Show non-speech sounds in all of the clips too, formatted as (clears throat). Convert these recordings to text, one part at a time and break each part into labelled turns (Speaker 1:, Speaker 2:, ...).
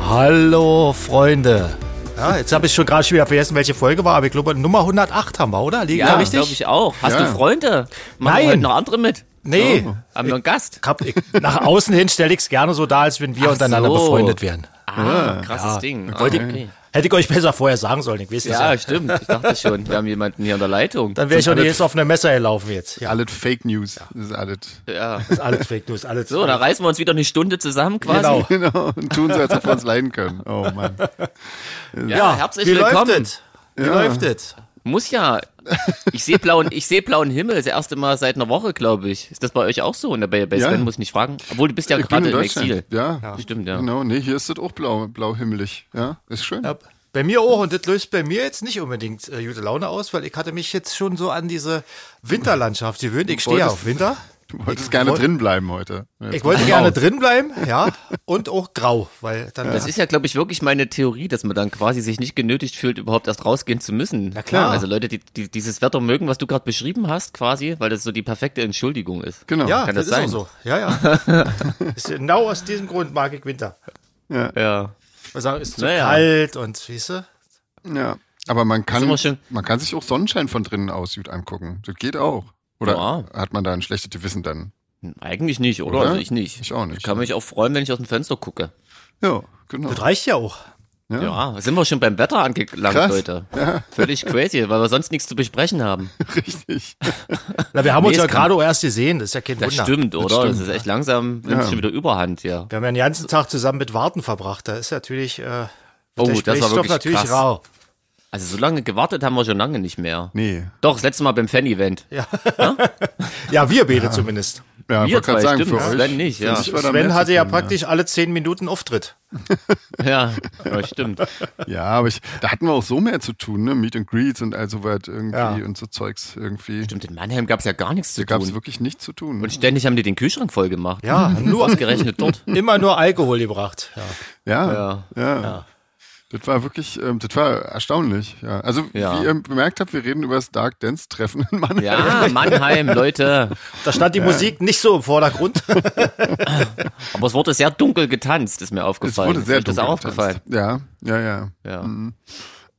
Speaker 1: Hallo, Freunde.
Speaker 2: Ah,
Speaker 1: Ja, jetzt habe ich schon gerade schon wieder vergessen, welche Folge war, aber ich glaube, Nummer 108 haben wir, oder? Liegen
Speaker 3: Ja,
Speaker 1: wir richtig?
Speaker 3: glaube ich auch. Hast
Speaker 2: Ja.
Speaker 3: du Freunde? Machen
Speaker 1: Nein.
Speaker 3: heute noch andere mit?
Speaker 1: Nee.
Speaker 3: So, haben wir einen Gast?
Speaker 1: Hab ich, nach außen hin stelle ich es gerne so dar, als wenn wir
Speaker 3: Ach
Speaker 1: untereinander
Speaker 3: so.
Speaker 1: befreundet wären.
Speaker 3: Ah, krasses Ding. Ah,
Speaker 1: Wollte ich-
Speaker 3: okay.
Speaker 1: Hätte ich euch besser vorher sagen sollen, ich weiß das ja.
Speaker 3: Ja, stimmt. Ich dachte schon, wir haben jemanden hier in der Leitung.
Speaker 1: Dann wäre ich auch
Speaker 2: alle-
Speaker 1: nicht jetzt auf eine Messer gelaufen jetzt. Ja,
Speaker 2: Alles Fake News. Das ist alles. (laughs)
Speaker 3: ja.
Speaker 1: das ist alles Fake News, alles.
Speaker 3: So, da reißen wir uns wieder eine Stunde zusammen quasi.
Speaker 1: genau.
Speaker 2: Genau. Und tun so, als ob wir uns leiden können. Oh Mann.
Speaker 3: Ja, herzlich
Speaker 1: wie
Speaker 3: willkommen.
Speaker 1: läuft es? Wie läuft es?
Speaker 3: Muss ja. (laughs) Ich sehe blauen, ich sehe blauen Himmel. Das erste Mal seit einer Woche, glaube ich. Ist das bei euch auch so? Na, bei, bei
Speaker 2: Ja.
Speaker 3: Sven muss ich nicht fragen. Obwohl du bist ja
Speaker 2: Ich bin
Speaker 3: gerade
Speaker 2: in
Speaker 3: im
Speaker 2: Deutschland.
Speaker 3: Exil.
Speaker 2: Ja.
Speaker 3: Stimmt, ja.
Speaker 2: Genau. Nee, hier ist das auch blau, blau himmelig. Ja. Ist schön.
Speaker 1: Ja, bei mir auch und das löst bei mir jetzt nicht unbedingt äh, gute Laune aus, weil ich hatte mich jetzt schon so an diese Winterlandschaft gewöhnt. Ich stehe ja
Speaker 2: wolltest-
Speaker 1: auf Winter.
Speaker 2: Du wolltest gerne
Speaker 1: woll-
Speaker 2: drin bleiben heute.
Speaker 1: Ich wollte gerne drin bleiben, ja, und auch grau, weil dann
Speaker 3: Genau. Das ist ja, glaube ich, wirklich meine Theorie, dass man dann quasi sich nicht genötigt fühlt, überhaupt erst rausgehen zu müssen. Na
Speaker 1: klar.
Speaker 3: Also Leute, die, die dieses Wetter mögen, was du gerade beschrieben hast, quasi, weil das so die perfekte Entschuldigung ist.
Speaker 2: Genau.
Speaker 1: ja,
Speaker 3: kann
Speaker 1: das,
Speaker 3: das sein?
Speaker 1: ist auch so. Ja, ja.
Speaker 3: (laughs)
Speaker 1: ist, genau aus diesem Grund mag ich Winter.
Speaker 3: Ja.
Speaker 1: Weil sagen, ist zu
Speaker 3: Naja.
Speaker 1: kalt und weißt du?
Speaker 2: Ja. Aber man kann,
Speaker 3: Ist immer schön.
Speaker 2: man kann sich auch Sonnenschein von drinnen aus gut angucken. Das geht auch. Oder
Speaker 3: Ja.
Speaker 2: hat man da ein schlechtes Gewissen dann?
Speaker 3: Eigentlich nicht, oder?
Speaker 2: Oder?
Speaker 3: Also ich nicht.
Speaker 2: Ich auch nicht.
Speaker 3: Kann mich auch freuen, wenn ich aus dem Fenster gucke.
Speaker 2: Ja, genau. (laughs)
Speaker 1: Das reicht ja auch.
Speaker 3: Ja, sind wir schon beim Wetter angelangt,
Speaker 2: Krass.
Speaker 3: Leute. Völlig crazy, weil wir sonst nichts zu besprechen haben.
Speaker 2: Richtig.
Speaker 1: Na, wir haben uns
Speaker 3: Nee,
Speaker 1: ja
Speaker 3: es kann-
Speaker 1: gerade auch erst gesehen, das ist ja kein
Speaker 3: Das
Speaker 1: Wunder.
Speaker 3: stimmt, oder? Das, ist echt langsam, nimmt schon wieder Überhand, ja.
Speaker 1: Wir haben ja den ganzen Tag zusammen mit Warten verbracht. Da ist natürlich äh,
Speaker 3: Oh,
Speaker 1: der
Speaker 3: das war
Speaker 1: Gesprächsstoff
Speaker 3: wirklich
Speaker 1: natürlich
Speaker 3: krass.
Speaker 1: rau.
Speaker 3: Also so lange gewartet haben wir schon lange nicht mehr.
Speaker 2: Nee.
Speaker 3: Doch, das letzte Mal beim Fan-Event.
Speaker 1: Ja, wir beide zumindest.
Speaker 2: Ja,
Speaker 3: Wir
Speaker 2: wollte
Speaker 3: zwei,
Speaker 2: gerade sagen,
Speaker 3: stimmt,
Speaker 2: für euch.
Speaker 3: Sven nicht,
Speaker 2: für
Speaker 3: ja.
Speaker 2: mich war da mehr
Speaker 1: Sven
Speaker 2: zu
Speaker 1: hatte ja
Speaker 2: tun,
Speaker 1: praktisch alle zehn Minuten Auftritt.
Speaker 3: Ja, ja stimmt.
Speaker 2: Ja, aber ich, da hatten wir auch so mehr zu tun, ne? Meet and Greets und all so weit irgendwie und so Zeugs irgendwie.
Speaker 3: Stimmt, in Mannheim gab es ja gar nichts
Speaker 2: Da
Speaker 3: zu
Speaker 2: gab
Speaker 3: tun.
Speaker 2: es wirklich nichts zu tun.
Speaker 3: Und ständig haben die den Kühlschrank voll gemacht.
Speaker 1: Ja,
Speaker 3: (laughs) Nur ausgerechnet dort.
Speaker 1: Immer nur Alkohol gebracht. Ja.
Speaker 2: ja,
Speaker 3: Ja.
Speaker 2: ja, Das war wirklich, ähm, das war erstaunlich. Ja. Also,
Speaker 3: Ja.
Speaker 2: wie ihr bemerkt habt, wir reden über das Dark Dance-Treffen in Mannheim. (laughs)
Speaker 3: Ja, Mannheim, Leute.
Speaker 1: Da stand die Musik nicht so im Vordergrund.
Speaker 3: Aber es wurde sehr dunkel getanzt, ist mir
Speaker 2: Es
Speaker 3: aufgefallen.
Speaker 2: wurde sehr
Speaker 3: ist
Speaker 2: dunkel.
Speaker 3: euch
Speaker 2: Mhm.
Speaker 3: das auch aufgefallen.
Speaker 2: getanzt. Ja, ja, ja.
Speaker 3: Ja.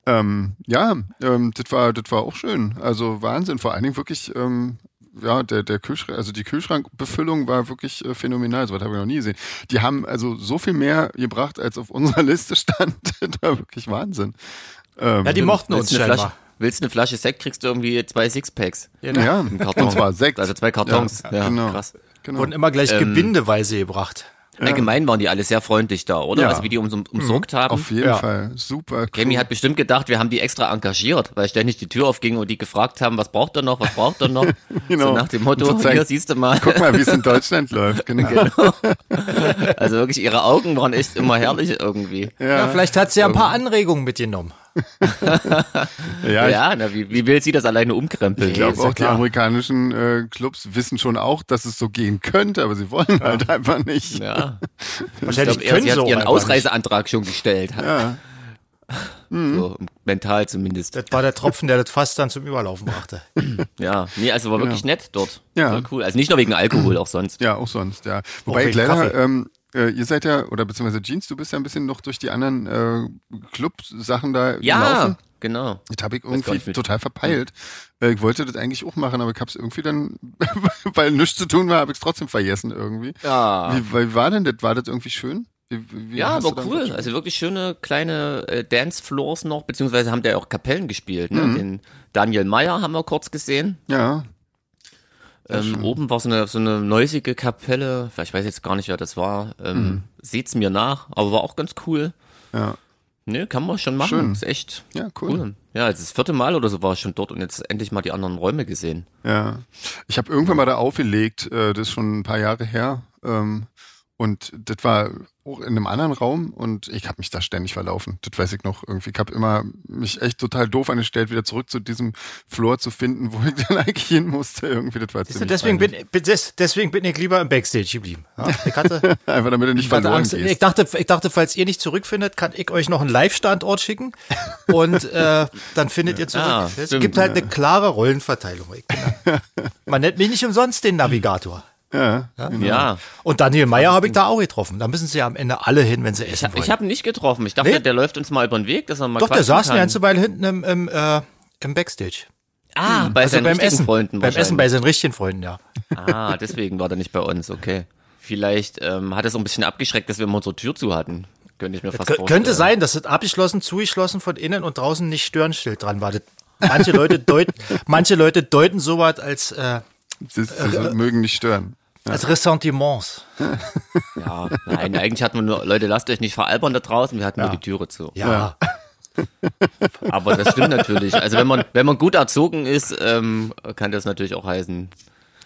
Speaker 2: Ähm, ja, ähm, das war, das war auch schön. Also Wahnsinn. Vor allen Dingen wirklich, ähm, ja, der, der Kühlschrank, also die Kühlschrankbefüllung war wirklich äh, phänomenal. So was habe ich noch nie gesehen. Die haben also so viel mehr gebracht, als auf unserer Liste stand. (laughs) das war wirklich Wahnsinn.
Speaker 1: Ja, die mochten uns
Speaker 3: Willst du Ähm, eine Flasche,
Speaker 1: scheinbar.
Speaker 3: willst du eine Flasche Sekt, kriegst du irgendwie zwei Sixpacks.
Speaker 1: Genau.
Speaker 2: Ja,
Speaker 3: Im Karton.
Speaker 2: und zwar Sekt.
Speaker 3: Also zwei Kartons. Ja,
Speaker 2: Ja, genau.
Speaker 3: krass.
Speaker 2: Genau.
Speaker 1: Wurden immer gleich
Speaker 3: Ähm,
Speaker 1: gebindeweise gebracht.
Speaker 3: Allgemein waren die alle sehr freundlich da, oder?
Speaker 2: Ja. Mhm.
Speaker 3: Also wie die uns um, umsorgt haben.
Speaker 2: Auf jeden
Speaker 1: Ja.
Speaker 2: Fall. Super.
Speaker 3: Kemi
Speaker 2: cool.
Speaker 3: hat bestimmt gedacht, wir haben die extra engagiert, weil ständig die Tür aufging und die gefragt haben, was braucht er noch, was braucht er noch.
Speaker 2: (laughs) Genau.
Speaker 3: So nach dem
Speaker 2: Und
Speaker 3: Motto,
Speaker 2: zu zeigen,
Speaker 3: hier siehst du mal.
Speaker 2: Guck mal, wie es in Deutschland läuft. Genau.
Speaker 3: Also wirklich, ihre Augen waren echt immer herrlich irgendwie.
Speaker 1: Ja, vielleicht hat sie ja ein paar
Speaker 3: Ähm.
Speaker 1: Anregungen mitgenommen.
Speaker 2: Ja,
Speaker 3: Ja,
Speaker 2: ich
Speaker 3: na, wie, wie will sie das alleine umkrempeln?
Speaker 2: Ich glaube
Speaker 1: ist ja
Speaker 2: auch, die
Speaker 1: klar.
Speaker 2: amerikanischen äh, Clubs wissen schon auch, dass es so gehen könnte, aber sie wollen halt einfach nicht.
Speaker 3: Ja, ich
Speaker 1: Wahrscheinlich
Speaker 3: glaube eher,
Speaker 1: können
Speaker 3: sie
Speaker 1: sie
Speaker 3: hat
Speaker 1: auch einfach
Speaker 3: ihren
Speaker 1: nicht.
Speaker 3: Ausreiseantrag schon gestellt. (laughs)
Speaker 2: Ja.
Speaker 3: So, mental zumindest.
Speaker 1: Das war der Tropfen, der das Fass dann zum Überlaufen
Speaker 3: (laughs)
Speaker 1: brachte.
Speaker 3: Ja, nee, also war wirklich nett dort.
Speaker 2: Ja.
Speaker 3: Voll cool. Also nicht nur wegen Alkohol, auch sonst.
Speaker 2: Ja, auch sonst, ja. Wobei
Speaker 1: wegen
Speaker 2: ich leider,
Speaker 1: Kaffee.
Speaker 2: ähm, äh, ihr seid ja, oder beziehungsweise Jeans, du bist ja ein bisschen noch durch die anderen äh, Club-Sachen da
Speaker 3: Ja,
Speaker 2: gelaufen.
Speaker 3: genau.
Speaker 2: Das habe ich
Speaker 3: gar
Speaker 2: irgendwie
Speaker 3: nicht, Hm. wie-
Speaker 2: total verpeilt. Äh, ich wollte das eigentlich auch machen, aber ich habe es irgendwie dann, (laughs) weil nichts zu tun war, habe ich es trotzdem vergessen irgendwie.
Speaker 3: Ja.
Speaker 2: Wie, wie war denn das? War das irgendwie schön? Wie, wie- wie
Speaker 3: Ah. Ja,
Speaker 2: hast du
Speaker 3: war
Speaker 2: dann-
Speaker 3: cool. Also wirklich schöne kleine äh, Dancefloors noch, beziehungsweise haben da ja auch Kapellen gespielt. Ne? Den Daniel Meyer haben wir kurz gesehen.
Speaker 2: Ja,
Speaker 3: Ähm, oben war so eine, so eine neusige Kapelle. Ich weiß jetzt gar nicht, wer das war. Ähm,
Speaker 1: Mhm.
Speaker 3: Seht's mir nach, aber war auch ganz cool.
Speaker 2: Ja.
Speaker 3: Ne, kann man schon machen.
Speaker 2: Schön.
Speaker 3: Ist echt
Speaker 2: ja, cool.
Speaker 3: cool. Ja, jetzt das vierte Mal oder so war ich schon dort und jetzt endlich mal die anderen Räume gesehen.
Speaker 2: Ja. Ich habe irgendwann mal da aufgelegt, äh, das ist schon ein paar Jahre her. Ähm, und das war auch in einem anderen Raum und ich habe mich da ständig verlaufen. Das weiß ich noch irgendwie. Ich habe immer mich echt total doof angestellt, wieder zurück zu diesem Floor zu finden, (laughs) wo ich dann eigentlich hin musste. Irgendwie, das war
Speaker 1: Siehst du,
Speaker 2: ziemlich
Speaker 1: deswegen,
Speaker 2: peinlich.
Speaker 1: bin, bin- des- deswegen bin ich lieber im Backstage geblieben. Ja, ich,
Speaker 3: (laughs)
Speaker 1: hatte,
Speaker 2: Einfach damit du nicht
Speaker 1: ich, hatte
Speaker 2: verloren
Speaker 1: Angst,
Speaker 2: gehst.
Speaker 1: ich, dachte, ich dachte, falls ihr nicht zurückfindet, kann ich euch noch einen Live-Standort schicken und äh, dann findet ihr zurück.
Speaker 3: Ja,
Speaker 1: es
Speaker 3: Ah, stimmt,
Speaker 1: gibt halt eine klare Rollenverteilung. Ich bin da- Man nennt mich nicht umsonst den Navigator.
Speaker 2: Ja.
Speaker 3: Ja.
Speaker 1: Und Daniel Meyer habe ich da auch getroffen. Da müssen sie ja am Ende alle hin, wenn sie
Speaker 3: Ich,
Speaker 1: essen
Speaker 3: hab-
Speaker 1: wollen.
Speaker 3: ich habe ihn nicht getroffen. Ich dachte,
Speaker 1: Nee.
Speaker 3: der läuft uns mal über den Weg, dass er mal
Speaker 1: Doch, der
Speaker 3: quatschen
Speaker 1: saß
Speaker 3: kann.
Speaker 1: eine ganze Weile hinten im, im, äh, im Backstage.
Speaker 3: Ah, bei
Speaker 1: Also
Speaker 3: seinen
Speaker 1: beim
Speaker 3: richtigen
Speaker 1: Essen.
Speaker 3: Freunden
Speaker 1: beim Essen bei
Speaker 3: wahrscheinlich.
Speaker 1: seinen richtigen Freunden, ja.
Speaker 3: Ah, deswegen war der nicht bei uns, okay. Vielleicht ähm, hat es so ein bisschen abgeschreckt, dass wir immer unsere Tür zu hatten. Könnte ich mir fast
Speaker 1: Kö-
Speaker 3: vorstellen.
Speaker 1: Könnte sein, dass es abgeschlossen, zugeschlossen von innen und draußen nicht Störensschild dran war. Das- Manche Leute
Speaker 3: (laughs)
Speaker 1: deuten, manche Leute deuten sowas als, äh,
Speaker 2: Sie, sie mögen nicht stören.
Speaker 1: als Ressentiments.
Speaker 3: Ja, nein, eigentlich hatten wir nur, Leute, lasst euch nicht veralbern da draußen, wir hatten nur die Türe zu.
Speaker 1: Ja.
Speaker 3: Aber das stimmt natürlich. Also wenn man, wenn man gut erzogen ist, ähm, kann das natürlich auch heißen,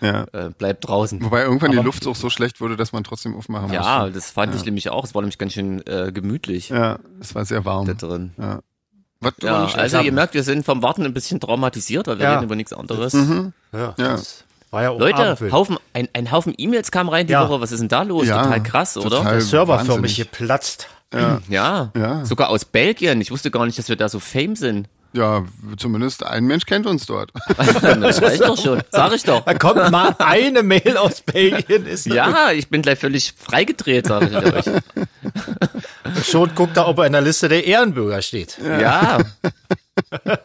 Speaker 2: Ja.
Speaker 3: äh, bleibt draußen.
Speaker 2: Wobei irgendwann die Luft auch so schlecht wurde, dass man trotzdem aufmachen
Speaker 3: Ja,
Speaker 2: musste.
Speaker 3: das fand ich nämlich auch. Es war nämlich ganz schön äh, gemütlich
Speaker 2: Ja, es war sehr warm.
Speaker 3: da drin.
Speaker 2: Was du
Speaker 3: Ja,
Speaker 2: nicht schlecht
Speaker 3: also ihr
Speaker 2: haben.
Speaker 3: merkt, wir sind vom Warten ein bisschen traumatisiert, weil wir
Speaker 1: Ja.
Speaker 3: reden über nichts anderes.
Speaker 2: Mhm.
Speaker 1: ja.
Speaker 2: Ja.
Speaker 1: das War ja auch
Speaker 3: Leute,
Speaker 1: Abendwild.
Speaker 3: Haufen, ein, ein Haufen E-Mails kam rein die
Speaker 1: Ja.
Speaker 3: Woche. Was ist denn da los? total krass, oder?
Speaker 2: total
Speaker 1: serverförmig
Speaker 2: wahnsinnig.
Speaker 1: geplatzt.
Speaker 3: Ja.
Speaker 2: Ja.
Speaker 3: Sogar aus Belgien. Ich wusste gar nicht, dass wir da so
Speaker 2: (laughs)
Speaker 3: fame sind.
Speaker 2: Ja, zumindest ein Mensch kennt uns
Speaker 3: (laughs)
Speaker 2: dort.
Speaker 3: das weiß ich doch schon. Sag ich doch.
Speaker 1: Da kommt mal eine Mail aus Belgien, ist
Speaker 2: (laughs)
Speaker 3: Ja, ich bin gleich völlig freigedreht, sage ich euch.
Speaker 1: schon guckt da, ob er in der Liste der Ehrenbürger steht.
Speaker 2: (laughs)
Speaker 3: Ja.
Speaker 2: Ja.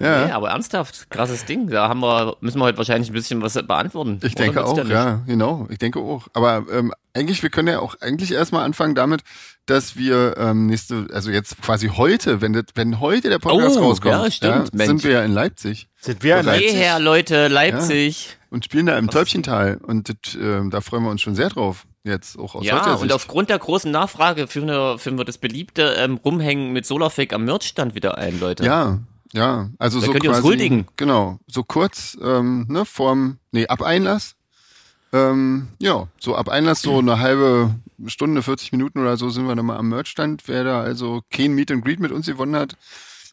Speaker 3: Nee, aber ernsthaft, krasses Ding. Da haben wir, müssen wir heute wahrscheinlich ein bisschen was beantworten.
Speaker 2: Ich
Speaker 3: Oder
Speaker 2: denke
Speaker 3: willst du
Speaker 2: auch,
Speaker 3: nicht?
Speaker 2: ja, genau. Ich denke auch. Aber ähm, eigentlich, wir können ja auch eigentlich erstmal anfangen damit, dass wir ähm, nächste, also jetzt quasi heute, wenn, das, wenn heute der Podcast
Speaker 3: Oh,
Speaker 2: rauskommt,
Speaker 3: ja, stimmt, Mensch.
Speaker 2: sind wir ja in Leipzig
Speaker 1: Sind wir in Leipzig?
Speaker 3: Hierher, Leute, Leipzig.
Speaker 2: und spielen da im Täubchental. Und das, ähm, da freuen wir uns schon sehr drauf. Jetzt auch aus
Speaker 3: Ja,
Speaker 2: heutiger
Speaker 3: und
Speaker 2: Sicht.
Speaker 3: aufgrund der großen Nachfrage führen wir, führen wir das beliebte ähm, Rumhängen mit Solarfake am Merchstand wieder ein, Leute.
Speaker 2: Ja, ja. Also
Speaker 3: Da
Speaker 2: so
Speaker 3: könnt ihr
Speaker 2: quasi,
Speaker 3: uns huldigen.
Speaker 2: Genau, so kurz, ähm, ne, vorm, nee, ab Einlass. Ähm, ja, so ab Einlass, so eine halbe Stunde, 40 Minuten oder so sind wir dann mal am Merchstand. Wer da also kein Meet and Greet mit uns gewonnen hat,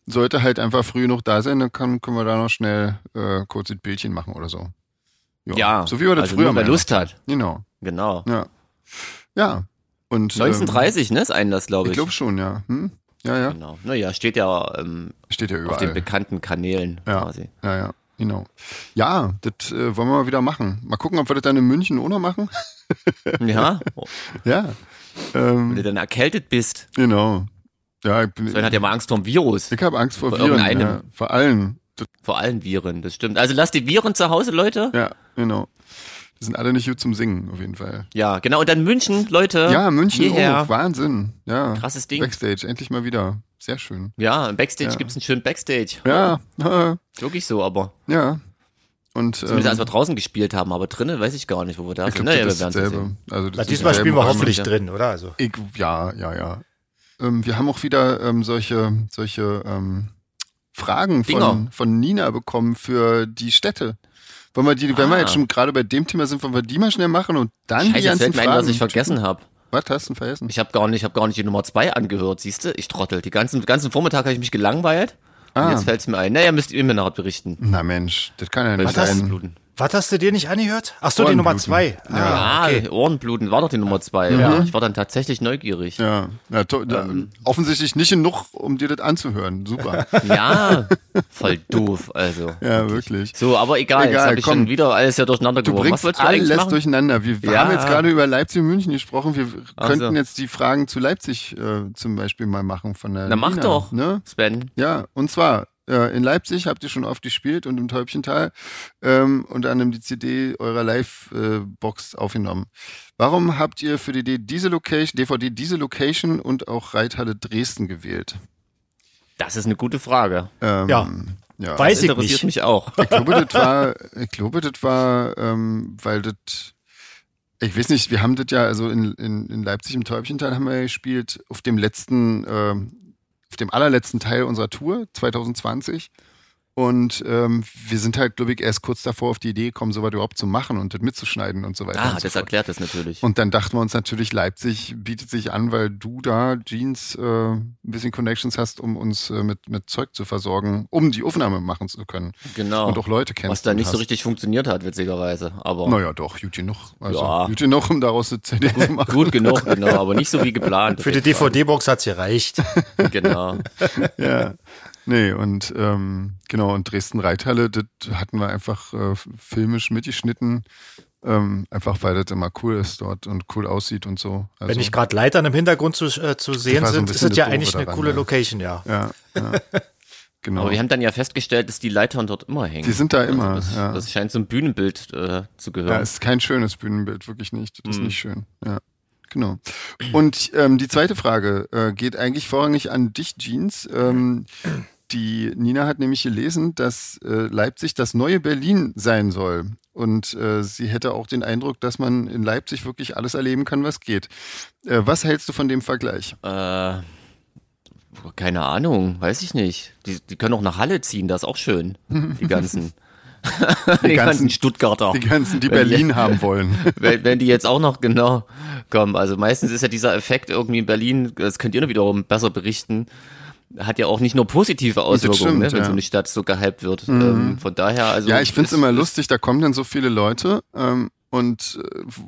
Speaker 2: sollte halt einfach früh noch da sein, dann kann, können wir da noch schnell äh, kurz ein Bildchen machen oder so.
Speaker 3: Ja,
Speaker 2: so wie wir das
Speaker 3: also
Speaker 2: früher
Speaker 3: nur, wer
Speaker 2: mal
Speaker 3: Lust hat.
Speaker 2: Genau,
Speaker 3: Genau.
Speaker 2: ja. Ja, und... ähm,
Speaker 3: 1930, ne, ist Einlass, glaube
Speaker 2: Ich
Speaker 3: ich.
Speaker 2: glaube schon, ja. Hm? Ja, ja,
Speaker 3: Genau. Naja, steht ja ähm,
Speaker 2: steht ja überall.
Speaker 3: auf den bekannten Kanälen
Speaker 2: Ja.
Speaker 3: quasi.
Speaker 2: Ja, ja, genau. Ja, das äh, wollen wir mal wieder machen. Mal gucken, ob wir das dann in München auch noch machen. (laughs)
Speaker 3: Ja, Oh.
Speaker 2: ja.
Speaker 3: wenn du
Speaker 2: Ähm,
Speaker 3: dann erkältet bist.
Speaker 2: genau. Ja, ich, bin-
Speaker 3: Sven hat ja mal Angst vor dem Virus.
Speaker 2: ich habe Angst vor
Speaker 3: Vor
Speaker 2: Viren.
Speaker 3: irgendeinem.
Speaker 2: Ja, vor allen. Das,
Speaker 3: Vor allen Viren, das stimmt. Also lasst die Viren zu Hause, Leute.
Speaker 2: ja, genau. Die sind alle nicht gut zum Singen, auf jeden Fall.
Speaker 3: Ja, genau. Und dann München, Leute.
Speaker 2: Ja, München
Speaker 3: Hierher.
Speaker 2: auch. Wahnsinn. Ja.
Speaker 3: Krasses Ding.
Speaker 2: Backstage, endlich mal wieder. Sehr schön.
Speaker 3: Ja, im Backstage gibt's einen schönen Backstage.
Speaker 2: Ja, (laughs) äh,
Speaker 3: Wirklich so, aber.
Speaker 2: ja. Und ähm,
Speaker 3: Zumindest als wir draußen gespielt haben, aber drinnen weiß ich gar nicht, wo wir da
Speaker 2: ich
Speaker 3: sind.
Speaker 2: glaube,
Speaker 3: Naja,
Speaker 2: das
Speaker 3: wir
Speaker 2: ist
Speaker 3: werden sehen.
Speaker 2: dasselbe. Also, das
Speaker 1: Na,
Speaker 2: sind
Speaker 1: diesmal
Speaker 2: dieselben
Speaker 1: spielen wir
Speaker 2: Räume.
Speaker 1: hoffentlich drin, oder? Also,
Speaker 2: Ich, ja, ja, ja. Ähm, wir haben auch wieder ähm, solche, solche ähm, Fragen
Speaker 3: Dinger.
Speaker 2: von, von Nina bekommen für die Städte. Wollen wir die, wenn wir
Speaker 3: Ah.
Speaker 2: jetzt schon gerade bei dem Thema sind, wollen wir die mal schnell machen und dann die
Speaker 3: Scheiße, jetzt
Speaker 2: ganzen
Speaker 3: fällt mir ein,
Speaker 2: Fragen.
Speaker 3: was ich vergessen habe.
Speaker 2: Was hast du denn vergessen?
Speaker 3: Ich habe gar nicht, habe gar nicht die Nummer zwei angehört, siehst du? Ich trottel. Die ganzen, ganzen Vormittag habe ich mich gelangweilt. Und
Speaker 2: Ah.
Speaker 3: jetzt fällt's mir ein. Naja, müsst ihr mir nachher berichten.
Speaker 2: Na Mensch, das kann ja nicht
Speaker 3: Weil das
Speaker 2: sein.
Speaker 3: Bluten.
Speaker 1: was hast du dir nicht angehört? Ach so, die Nummer zwei.
Speaker 3: Ah,
Speaker 1: Ah, okay.
Speaker 3: Ohrenbluten war doch die Nummer zwei.
Speaker 2: Mhm.
Speaker 3: Ja. Ich war dann tatsächlich neugierig. Ja,
Speaker 2: Ja, ja to,
Speaker 3: Ähm.
Speaker 2: da, offensichtlich nicht genug, um dir das anzuhören.
Speaker 3: (laughs)
Speaker 2: Super.
Speaker 3: voll doof, also.
Speaker 2: ja, wirklich.
Speaker 3: So, aber egal, jetzt
Speaker 2: Egal,
Speaker 3: habe ich
Speaker 2: komm.
Speaker 3: schon wieder alles ja durcheinander
Speaker 2: Du
Speaker 3: geworfen.
Speaker 2: bringst
Speaker 3: Was wolltest du eigentlich
Speaker 2: alles
Speaker 3: machen?
Speaker 2: durcheinander. Wir
Speaker 3: Ja.
Speaker 2: haben jetzt gerade über Leipzig und München gesprochen. Wir
Speaker 3: Ach
Speaker 2: könnten
Speaker 3: so.
Speaker 2: jetzt die Fragen zu Leipzig äh, zum Beispiel mal machen von der
Speaker 3: Na mach
Speaker 2: Nina,
Speaker 3: doch,
Speaker 2: Ne?
Speaker 3: Sven.
Speaker 2: Ja, und zwar äh, in Leipzig habt ihr schon oft gespielt und im Täubchental ähm, unter anderem die CD eurer Live-Box äh, aufgenommen. Warum habt ihr für die D diese Location, DVD diese Location und auch Reithalle Dresden gewählt?
Speaker 3: Das ist eine gute Frage.
Speaker 2: Ähm,
Speaker 1: Ja.
Speaker 2: ja.
Speaker 1: Weiß
Speaker 3: Das
Speaker 1: ich nicht.
Speaker 3: interessiert mich auch.
Speaker 2: Ich glaube, das war, ich glaube, das war, ähm, weil das, ich weiß nicht, wir haben das ja, also in, in, in Leipzig im Täubchental haben wir ja gespielt, auf dem letzten, ähm, auf dem allerletzten Teil unserer Tour 2020. Und ähm, wir sind halt, glaube ich, erst kurz davor auf die Idee gekommen, sowas überhaupt zu machen und das mitzuschneiden und so weiter.
Speaker 3: Ah,
Speaker 2: und so
Speaker 3: das
Speaker 2: fort.
Speaker 3: erklärt das natürlich.
Speaker 2: Und dann dachten wir uns natürlich, Leipzig bietet sich an, weil du da Jeans äh, ein bisschen Connections hast, um uns äh, mit, mit Zeug zu versorgen, um die Aufnahme machen zu können
Speaker 3: Genau.
Speaker 2: und auch Leute kennst.
Speaker 3: Was da
Speaker 2: und
Speaker 3: nicht so
Speaker 2: hast.
Speaker 3: richtig funktioniert hat, witzigerweise. Aber
Speaker 2: Naja, doch, gut genug. Also,
Speaker 3: Ja.
Speaker 2: gut genug, um daraus eine
Speaker 3: (laughs)
Speaker 2: CD zu machen. (laughs)
Speaker 3: gut genug, genau. Aber nicht so wie geplant.
Speaker 2: Also Genau.
Speaker 1: Für die DVD-Box hat's gereicht.
Speaker 3: Genau.
Speaker 2: Ja. Nee, und ähm, genau, und Dresden-Reithalle, das hatten wir einfach äh, filmisch mitgeschnitten. Ähm, einfach weil das immer cool ist dort und cool aussieht und so. Also,
Speaker 1: Wenn nicht gerade Leitern im Hintergrund zu, äh, zu sehen
Speaker 2: war so ein
Speaker 1: sind, ist
Speaker 2: bisschen
Speaker 1: es ja
Speaker 2: das
Speaker 1: eigentlich
Speaker 2: Doofe ne?
Speaker 1: eine
Speaker 2: daran,
Speaker 1: coole
Speaker 2: ja.
Speaker 1: Location, ja.
Speaker 2: ja, ja. genau.
Speaker 3: Aber wir haben dann ja festgestellt, dass die Leitern dort immer hängen.
Speaker 2: Die sind da immer,
Speaker 3: Also das,
Speaker 2: ja.
Speaker 3: das scheint zum Bühnenbild äh,
Speaker 2: Ja,
Speaker 3: zu
Speaker 2: Mhm.
Speaker 3: gehören.
Speaker 2: ist kein schönes Bühnenbild, wirklich nicht. Das ist nicht schön. Ja, genau. Und ähm, die zweite Frage äh, geht eigentlich vorrangig an dich, Jeans. Ähm, die Nina hat nämlich gelesen, dass äh, Leipzig das neue Berlin sein soll. Und äh, sie hätte auch den Eindruck, dass man in Leipzig wirklich alles erleben kann, was geht. Äh, was hältst du von dem Vergleich?
Speaker 3: äh, keine Ahnung, weiß ich nicht. Die, die können auch nach Halle ziehen, das ist auch schön.
Speaker 2: (laughs)
Speaker 3: Die ganzen. die, ganzen,
Speaker 2: ganzen-
Speaker 3: Stuttgarter.
Speaker 2: Die ganzen, die
Speaker 3: Wenn die-
Speaker 2: Berlin haben (laughs) wollen.
Speaker 3: (laughs) wenn, wenn die jetzt auch noch genau kommen. Also meistens ist ja dieser Effekt irgendwie in Berlin, das könnt ihr wiederum besser berichten, hat ja auch nicht nur positive Auswirkungen,
Speaker 2: stimmt,
Speaker 3: ne, wenn
Speaker 2: ja. Mhm.
Speaker 3: so eine Stadt so gehypt wird. Ähm, von daher, also.
Speaker 2: Ja, ich find's
Speaker 3: ist-
Speaker 2: immer lustig, da kommen dann so viele Leute ähm, und äh, w-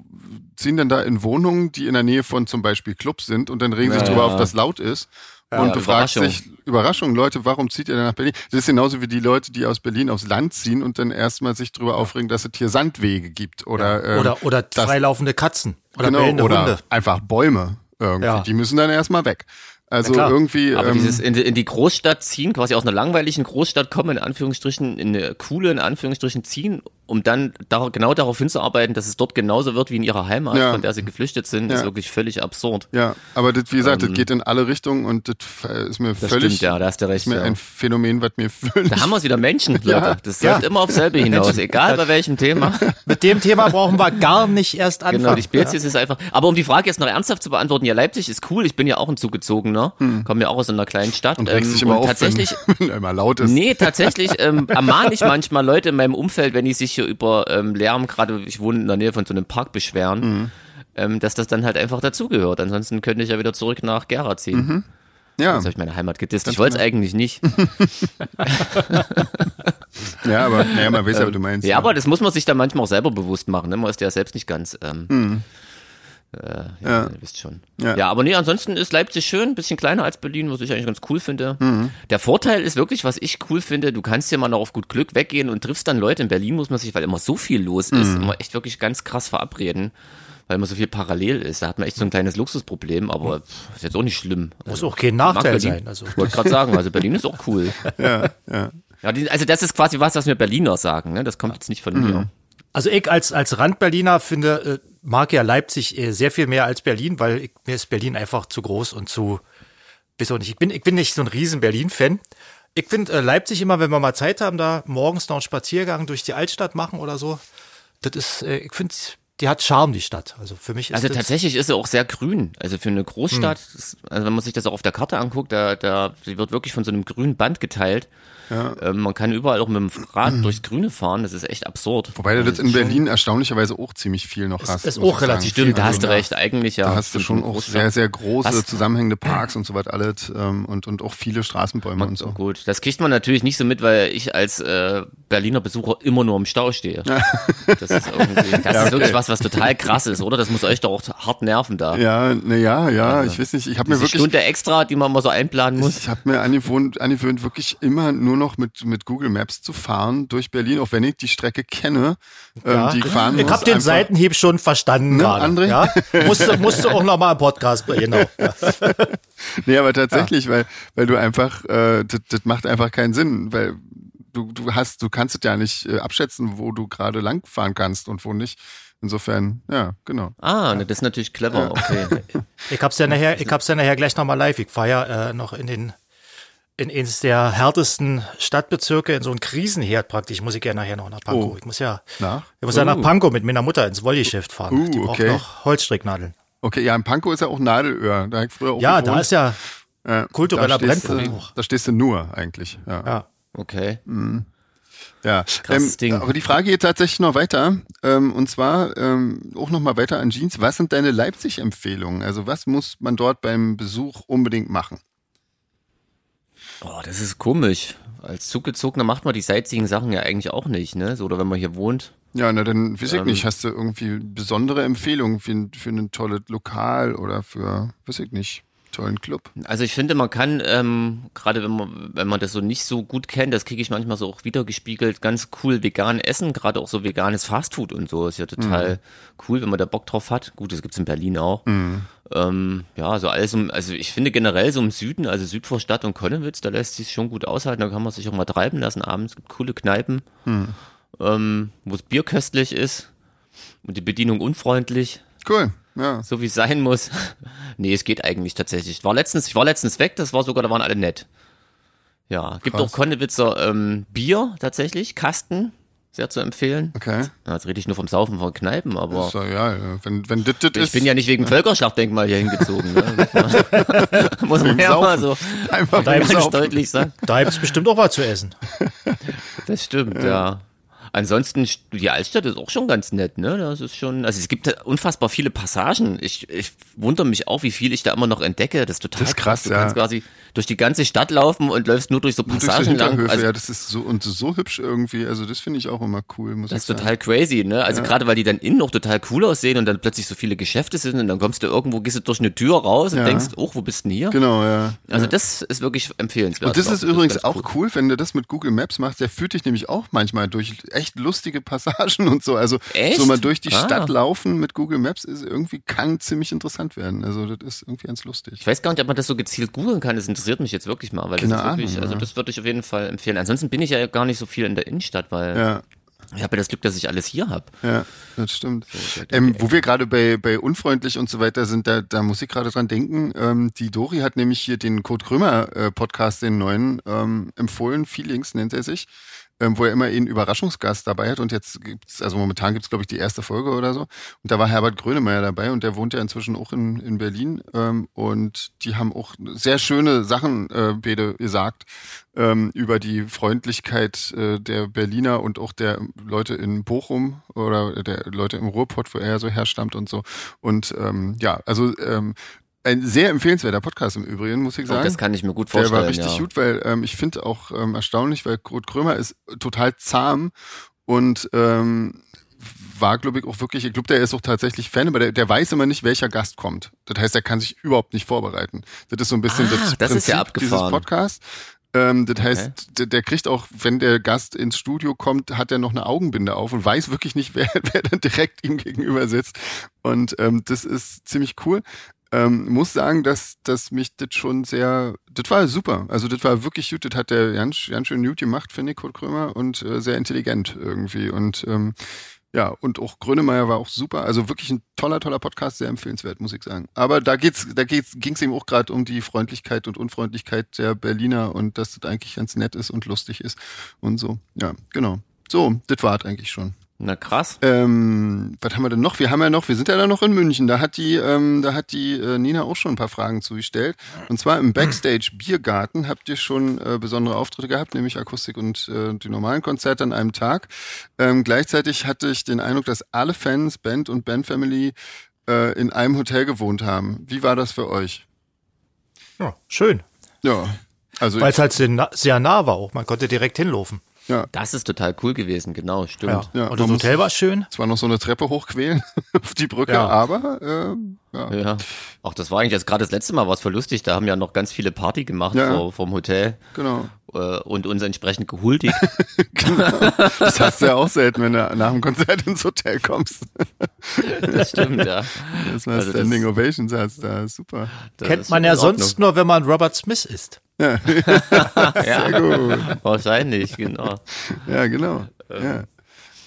Speaker 2: ziehen dann da in Wohnungen, die in der Nähe von zum Beispiel Clubs sind und dann regen sich
Speaker 3: Ja.
Speaker 2: drüber auf, dass laut ist. und du fragst
Speaker 3: Überraschung.
Speaker 2: dich, Überraschung, Leute, warum zieht ihr denn nach Berlin? Das ist genauso wie die Leute, die aus Berlin aufs Land ziehen und dann erstmal sich drüber aufregen, dass es hier Sandwege gibt oder, ähm,
Speaker 1: Oder, oder
Speaker 2: dass-
Speaker 1: freilaufende Katzen oder
Speaker 2: genau,
Speaker 1: bellende
Speaker 2: oder
Speaker 1: Hunde.
Speaker 2: einfach Bäume irgendwie.
Speaker 1: Ja.
Speaker 2: Die müssen dann erstmal weg. Also
Speaker 1: Na klar.
Speaker 2: irgendwie.
Speaker 3: Aber
Speaker 2: ähm,
Speaker 3: dieses in, in die Großstadt ziehen, quasi aus einer langweiligen Großstadt kommen, in Anführungsstrichen, in eine coole, in Anführungsstrichen ziehen, um dann dar genau darauf hinzuarbeiten, dass es dort genauso wird wie in ihrer Heimat,
Speaker 2: Ja.
Speaker 3: von der sie geflüchtet sind,
Speaker 2: Ja.
Speaker 3: ist wirklich völlig absurd.
Speaker 2: ja, aber das, wie gesagt, das geht in alle Richtungen und das f- ist mir
Speaker 3: Ähm. Das
Speaker 2: völlig,
Speaker 3: stimmt, ja, da hast du recht.
Speaker 2: ist mir
Speaker 3: ja.
Speaker 2: ein Phänomen, was mir völlig
Speaker 3: Da haben wir es wieder Menschen, Leute. Das läuft immer auf selbe hinaus, egal bei welchem Thema.
Speaker 1: Mit dem Thema brauchen wir gar nicht erst anfangen.
Speaker 3: (laughs) Genau, die Spezies ist einfach. Aber um die Frage jetzt noch ernsthaft zu beantworten, ja, Leipzig ist cool, ich bin ja auch ein Zugezogener, komme ja auch aus einer kleinen
Speaker 2: (laughs)
Speaker 3: Stadt.
Speaker 2: Hm. Und regst dich immer auf,
Speaker 3: ähm, tatsächlich,
Speaker 2: (laughs) wenn, wenn er immer laut ist.
Speaker 3: Nee, tatsächlich ähm, ermahne ich manchmal Leute in meinem Umfeld, wenn die sich hier über ähm, Lärm, gerade ich wohne in der Nähe von so einem Park, beschweren, ähm, dass das dann halt einfach dazugehört. Ansonsten könnte ich ja wieder zurück nach Gera ziehen.
Speaker 2: Ja,
Speaker 3: Jetzt habe ich meine Heimat gedisst. Ich wollte es eigentlich nicht.
Speaker 2: ja, aber naja, man weiß ja, was du meinst.
Speaker 3: (laughs) Ja, aber das muss man sich dann manchmal auch selber bewusst machen. Ne? Man ist ja selbst nicht ganz. Ähm, Äh, ja, Ihr wisst schon.
Speaker 2: Ja.
Speaker 3: Ja. aber nee, ansonsten ist Leipzig schön, ein bisschen kleiner als Berlin, was ich eigentlich ganz cool finde. Der Vorteil ist wirklich, was ich cool finde, du kannst hier mal noch auf gut Glück weggehen und triffst dann Leute. In Berlin muss man sich, weil immer so viel los ist, immer echt wirklich ganz krass verabreden, weil immer so viel parallel ist. Da hat man echt so ein kleines Luxusproblem, aber pff, ist jetzt auch nicht schlimm.
Speaker 1: Muss
Speaker 3: Also,
Speaker 1: auch kein
Speaker 3: mag
Speaker 1: Nachteil
Speaker 3: Berlin.
Speaker 1: sein. Also,
Speaker 3: Ich wollte gerade sagen, also Berlin ist auch cool.
Speaker 2: (laughs) Ja, ja.
Speaker 3: Ja, die, also das ist quasi was, was mir Berliner sagen. Ne? Das kommt jetzt nicht von
Speaker 2: Mhm.
Speaker 3: mir.
Speaker 1: also ich als, als Randberliner finde, äh, mag ja Leipzig äh, sehr viel mehr als Berlin, weil ich, mir ist Berlin einfach zu groß und zu, weiß auch nicht, ich bin, ich bin nicht so ein riesen Berlin-Fan. Ich finde äh, Leipzig immer, wenn wir mal Zeit haben, da morgens noch einen Spaziergang durch die Altstadt machen oder so. Das ist, äh, ich finde, die hat Charme, die Stadt. Also für mich ist
Speaker 3: Also
Speaker 1: das,
Speaker 3: tatsächlich ist sie auch sehr grün. Also für eine Großstadt,
Speaker 2: Mhm.
Speaker 3: das- also wenn man sich das auch auf der Karte anguckt, da, da sie wird wirklich von so einem grünen Band geteilt. Ähm, man kann überall auch mit dem Rad durchs Grüne fahren, das ist echt absurd.
Speaker 2: Mhm. Wobei du
Speaker 3: Also
Speaker 2: das in
Speaker 3: ist schon-
Speaker 2: Berlin erstaunlicherweise auch ziemlich viel noch hast.
Speaker 1: ist
Speaker 2: muss
Speaker 1: auch
Speaker 2: ich sagen.
Speaker 1: relativ
Speaker 3: Stimmt, da
Speaker 2: Also,
Speaker 3: hast du recht, eigentlich ja.
Speaker 2: Da hast du
Speaker 3: Stimmt,
Speaker 2: schon
Speaker 3: eine
Speaker 2: auch
Speaker 3: Großstadt.
Speaker 2: sehr, sehr große
Speaker 3: Was?
Speaker 2: zusammenhängende
Speaker 3: (clears throat)
Speaker 2: Parks und so was alles ähm, und, und auch viele Straßenbäume und so.
Speaker 3: Gut, das kriegt man natürlich nicht so mit, weil ich als äh, Berliner Besucher immer nur im Stau stehe. Das ist irgendwie, das ist wirklich was, was total krass ist, oder? Das muss euch doch auch hart nerven da.
Speaker 2: Ja, naja, ja, ich weiß nicht. Ich habe mir
Speaker 3: Also, Diese
Speaker 2: wirklich
Speaker 3: Stunde extra, die man mal so einplanen muss.
Speaker 2: Ich habe mir angewöhnt, angewöhnt, wirklich immer nur noch mit, mit Google Maps zu fahren durch Berlin, auch wenn ich die Strecke kenne,
Speaker 1: Ja.
Speaker 2: ähm, die ich fahren
Speaker 1: Ich
Speaker 2: muss.
Speaker 1: habe den
Speaker 2: einfach-
Speaker 1: Seitenhieb schon verstanden
Speaker 2: Ne,
Speaker 1: gerade.
Speaker 2: André?
Speaker 1: Ja? Musste, musste auch noch mal im Podcast,
Speaker 2: (laughs)
Speaker 1: genau.
Speaker 2: Nee, aber tatsächlich, weil, weil du einfach, äh, das, das macht einfach keinen Sinn, weil du, du hast, du kannst es ja nicht äh, abschätzen, wo du gerade lang fahren kannst und wo nicht. Insofern, ja, genau.
Speaker 3: Ah, ne, das ist natürlich clever, okay.
Speaker 1: Ich hab's ja nachher, ich hab's ja nachher gleich nochmal live. Ich fahr ja äh, noch in den in eines der härtesten Stadtbezirke in so einen Krisenherd praktisch. Muss ich ja nachher noch nach Pankow.
Speaker 2: Oh.
Speaker 1: Ich muss ja,
Speaker 2: Nach?
Speaker 1: ich muss ja nach Pankow mit meiner Mutter ins Wollgeschäft fahren.
Speaker 2: Uh,
Speaker 1: Die braucht
Speaker 2: okay. Oh,
Speaker 1: noch Holzstricknadeln.
Speaker 2: Okay, ja, in Pankow ist ja auch Nadelöhr. Da hab ich früher auch
Speaker 1: Ja, da
Speaker 2: gewohnt.
Speaker 1: ist ja
Speaker 2: ja,
Speaker 1: kultureller
Speaker 2: da stehst du-
Speaker 1: Brennpunkt auch.
Speaker 2: Da stehst du nur eigentlich. Ja.
Speaker 1: ja.
Speaker 3: Okay.
Speaker 2: Ja,
Speaker 3: Krasses
Speaker 2: ähm,
Speaker 3: Ding.
Speaker 2: aber die Frage geht tatsächlich noch weiter. Ähm, und zwar ähm, auch noch mal weiter an Jeans. Was sind deine Leipzig-Empfehlungen? Also was muss man dort beim Besuch unbedingt machen?
Speaker 3: Oh, das ist komisch. Als Zugezogener macht man die Sightseeing-Sachen ja eigentlich auch nicht, ne? So, oder wenn man hier wohnt.
Speaker 2: Ja, na dann weiß ich nicht. Hast du irgendwie besondere Empfehlungen für, ein- für ein tolles Lokal oder für, weiß ich nicht. Tollen Club.
Speaker 3: Also ich finde, man kann, ähm, gerade wenn man, wenn man das so nicht so gut kennt, das kriege ich manchmal so auch wiedergespiegelt, ganz cool vegan essen, gerade auch so veganes Fastfood und so. Ist ja total cool, wenn man da Bock drauf hat. Gut, das gibt's in Berlin auch. Ähm, ja, also alles um, also ich finde generell so im Süden, also Südvorstadt und Konnewitz, da lässt sich schon gut aushalten, da kann man sich auch mal treiben lassen abends. gibt coole Kneipen, ähm, wo es Bier köstlich ist und die Bedienung unfreundlich
Speaker 2: Cool. Ja.
Speaker 3: so wie es sein muss. (laughs) nee, es geht eigentlich tatsächlich. Ich war letztens, ich war letztens weg, das war sogar, da waren alle nett. Ja, gibt
Speaker 2: Krass.
Speaker 3: auch Konnewitzer ähm, Bier tatsächlich, Kasten, sehr zu empfehlen.
Speaker 2: Okay.
Speaker 3: Ja, jetzt rede ich nur vom Saufen von Kneipen, aber
Speaker 2: So, ja, ja, wenn, wenn dit, dit
Speaker 3: ich
Speaker 2: ist.
Speaker 3: bin ja nicht wegen Völkerschlachtdenkmal hier hingezogen.
Speaker 2: (laughs)
Speaker 3: Ne? (laughs) Muss man
Speaker 2: Wegen
Speaker 3: ja mal so
Speaker 2: Saufen. (laughs) Einfach
Speaker 1: Dein
Speaker 2: nur
Speaker 3: ganz
Speaker 2: saufen.
Speaker 3: deutlich sagen.
Speaker 1: Da gibt's bestimmt auch was zu essen.
Speaker 3: Das stimmt, ja. Ansonsten, die Altstadt ist auch schon ganz nett, ne? Das ist schon, also es gibt da unfassbar viele Passagen. Ich, ich wundere mich auch, wie viel ich da immer noch entdecke. Das ist total
Speaker 2: Das ist krass,
Speaker 3: Du
Speaker 2: ja.
Speaker 3: kannst quasi durch die ganze Stadt laufen und läufst nur durch so
Speaker 2: Und durch die
Speaker 3: Passagen lang.
Speaker 2: Hinterhöfe,
Speaker 3: Also,
Speaker 2: ja, das ist so und so hübsch irgendwie. Also das finde ich auch immer cool, muss
Speaker 3: das ist
Speaker 2: ich sagen.
Speaker 3: total crazy, ne? Also gerade weil die dann innen noch total cool aussehen und dann plötzlich so viele Geschäfte sind und dann kommst du irgendwo, gehst du durch eine Tür raus und
Speaker 2: Ja.
Speaker 3: denkst, oh, wo bist denn hier?
Speaker 2: Genau, ja.
Speaker 3: Also das ist wirklich empfehlenswert.
Speaker 2: Und das
Speaker 3: glaub
Speaker 2: ist
Speaker 3: ich.
Speaker 2: übrigens
Speaker 3: ganz
Speaker 2: auch cool. wenn du das mit Google Maps machst. Der führt dich nämlich auch manchmal durch echt lustige Passagen (laughs) und so. Also
Speaker 3: Echt?
Speaker 2: so mal durch die
Speaker 3: Ah.
Speaker 2: Stadt laufen mit Google Maps ist irgendwie kann ziemlich interessant werden. Also das ist irgendwie ganz lustig.
Speaker 3: Ich weiß gar nicht, ob man das so gezielt googeln kann. Das interessiert mich jetzt wirklich mal, weil das
Speaker 2: Keine
Speaker 3: ist wirklich,
Speaker 2: Ahnung,
Speaker 3: also
Speaker 2: ja.
Speaker 3: das würde ich auf jeden Fall empfehlen. Ansonsten bin ich ja gar nicht so viel in der Innenstadt, weil
Speaker 2: Ja,
Speaker 3: ich habe ja das Glück, dass ich alles hier habe.
Speaker 2: ja, das stimmt.
Speaker 3: der- der-
Speaker 2: Ähm, wo wir gerade bei, bei unfreundlich und so weiter sind, da, da muss ich gerade dran denken. Ähm, die Dori hat nämlich hier den Kurt Krömer äh, Podcast, den neuen, ähm, empfohlen. Feelings nennt er sich. ähm, wo er immer einen Überraschungsgast dabei hat. Und jetzt gibt's, also momentan gibt's, glaube ich, die erste Folge oder so. Und da war Herbert Grönemeyer dabei und der wohnt ja inzwischen auch in, in Berlin. Ähm, und die haben auch sehr schöne Sachen, äh, Bede, gesagt, ähm, über die Freundlichkeit äh, der Berliner und auch der Leute in Bochum oder der Leute im Ruhrpott, wo er ja so herstammt und so. Und ähm, ja, also ähm, ein sehr empfehlenswerter Podcast im Übrigen, muss ich
Speaker 3: Und
Speaker 2: sagen.
Speaker 3: das kann ich mir gut
Speaker 2: Der
Speaker 3: vorstellen.
Speaker 2: war richtig
Speaker 3: ja.
Speaker 2: gut, weil ähm, ich finde auch ähm, erstaunlich, weil Kurt Krömer ist total zahm und ähm, war, glaube ich, auch wirklich, ich glaube, der ist auch tatsächlich Fan, aber der, der weiß immer nicht, welcher Gast kommt. Das heißt, er kann sich überhaupt nicht vorbereiten. Das ist so ein bisschen
Speaker 3: Ah,
Speaker 2: das,
Speaker 3: das ist ja
Speaker 2: Prinzip
Speaker 3: abgefahren.
Speaker 2: dieses Podcast. Ähm, das heißt, der, der kriegt auch, wenn der Gast ins Studio kommt, hat er noch eine Augenbinde auf und weiß wirklich nicht, (laughs) wer, wer dann direkt ihm gegenüber sitzt. Und ähm, das ist ziemlich cool. Ähm, muss sagen, dass, dass mich das schon sehr, das war super. Also das war wirklich gut, das hat der ganz, ganz schön gut gemacht, finde ich, Kurt Krömer, und äh, sehr intelligent irgendwie. Und ähm, ja, und auch Grönemeyer war auch super. Also wirklich ein toller, toller Podcast, sehr empfehlenswert, muss ich sagen. Aber da geht's, da geht's, ging's eben auch gerade um die Freundlichkeit und Unfreundlichkeit der Berliner und dass das eigentlich ganz nett ist und lustig ist und so. Ja, genau. So, das war's eigentlich schon.
Speaker 3: Na krass.
Speaker 2: Ähm, was haben wir denn noch? Wir haben ja noch, wir sind ja da noch in München. Da hat die, ähm, da hat die äh, Nina auch schon ein paar Fragen zugestellt. Und zwar im Backstage Biergarten habt ihr schon äh, besondere Auftritte gehabt, nämlich Akustik und äh, die normalen Konzerte an einem Tag. Ähm, gleichzeitig hatte ich den Eindruck, dass alle Fans, Band und Bandfamily äh, in einem Hotel gewohnt haben. Wie war das für euch?
Speaker 1: Ja, schön.
Speaker 2: Ja, also
Speaker 1: Weil es halt sehr na- sehr nah war auch. Man konnte direkt hinlaufen.
Speaker 2: ja,
Speaker 3: Das ist total cool gewesen, genau, stimmt.
Speaker 1: Ja.
Speaker 2: Ja,
Speaker 1: Und
Speaker 2: man
Speaker 1: das
Speaker 2: muss-
Speaker 1: Hotel war schön.
Speaker 2: zwar noch so eine Treppe hochquälen (laughs) auf die Brücke,
Speaker 1: Ja.
Speaker 2: aber ähm, ja.
Speaker 3: Ja. Auch das war eigentlich jetzt gerade das letzte Mal was für lustig. Da haben ja noch ganz viele Party gemacht
Speaker 2: Ja.
Speaker 3: vor, vom Hotel
Speaker 2: genau.
Speaker 3: äh, und uns entsprechend gehuldigt.
Speaker 2: (laughs) Das hast du ja auch selten, wenn du nach dem Konzert ins Hotel
Speaker 3: (laughs)
Speaker 2: kommst.
Speaker 3: das stimmt,
Speaker 2: (laughs)
Speaker 3: ja.
Speaker 2: Dass man
Speaker 3: Also das-
Speaker 2: Standing Ovations hast, da super.
Speaker 3: Das
Speaker 1: Kennt
Speaker 3: ist
Speaker 1: man
Speaker 3: in
Speaker 1: ja
Speaker 3: Ordnung.
Speaker 1: sonst nur, wenn man Robert Smith ist.
Speaker 3: Ja,
Speaker 2: Gut.
Speaker 3: (laughs) wahrscheinlich, genau.
Speaker 2: Ja, genau.
Speaker 3: Ähm,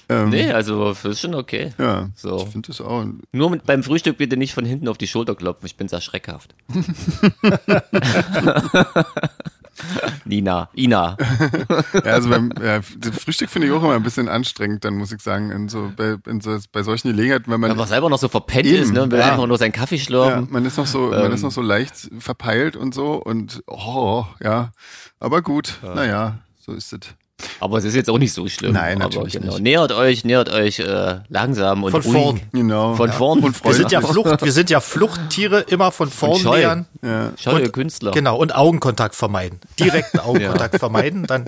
Speaker 2: Ja,
Speaker 3: Nee, also das ist schon okay.
Speaker 2: Ähm. ja.
Speaker 3: So.
Speaker 2: ich finde das auch.
Speaker 3: Nur mit, beim Frühstück bitte nicht von hinten auf die Schulter klopfen, ich bin
Speaker 2: (laughs)
Speaker 3: sehr schreckhaft. Nina, Ina.
Speaker 2: Ja, also beim ja, das Frühstück finde ich auch immer ein bisschen anstrengend, dann muss ich sagen, in so, bei, in so, bei solchen Gelegenheiten, wenn
Speaker 3: Wenn
Speaker 2: man
Speaker 3: man selber noch so verpennt
Speaker 2: Eben,
Speaker 3: ist, ne, und will
Speaker 2: ja.
Speaker 3: einfach nur seinen Kaffee
Speaker 2: ja,
Speaker 3: schlürfen.
Speaker 2: man ist noch so, man ist
Speaker 3: Ähm.
Speaker 2: noch so leicht verpeilt und so und oh, ja, aber gut, naja, so ist es.
Speaker 3: Aber es ist jetzt auch nicht so schlimm.
Speaker 2: Nein,
Speaker 3: aber genau,
Speaker 2: natürlich nicht.
Speaker 3: Nähert euch, nähert euch äh, langsam und
Speaker 1: Von
Speaker 3: ruhig.
Speaker 1: vorn.
Speaker 2: Genau.
Speaker 3: Von
Speaker 2: ja.
Speaker 3: vorn.
Speaker 2: Und
Speaker 1: Wir sind ja
Speaker 2: freundlich.
Speaker 1: Flucht, wir sind ja Fluchttiere, immer von vorn
Speaker 3: scheu.
Speaker 1: nähern.
Speaker 2: Ja.
Speaker 3: Schau, ihr
Speaker 1: Und-
Speaker 3: Künstler.
Speaker 1: Genau, und Augenkontakt vermeiden.
Speaker 3: (laughs)
Speaker 1: Direkten Augenkontakt vermeiden, dann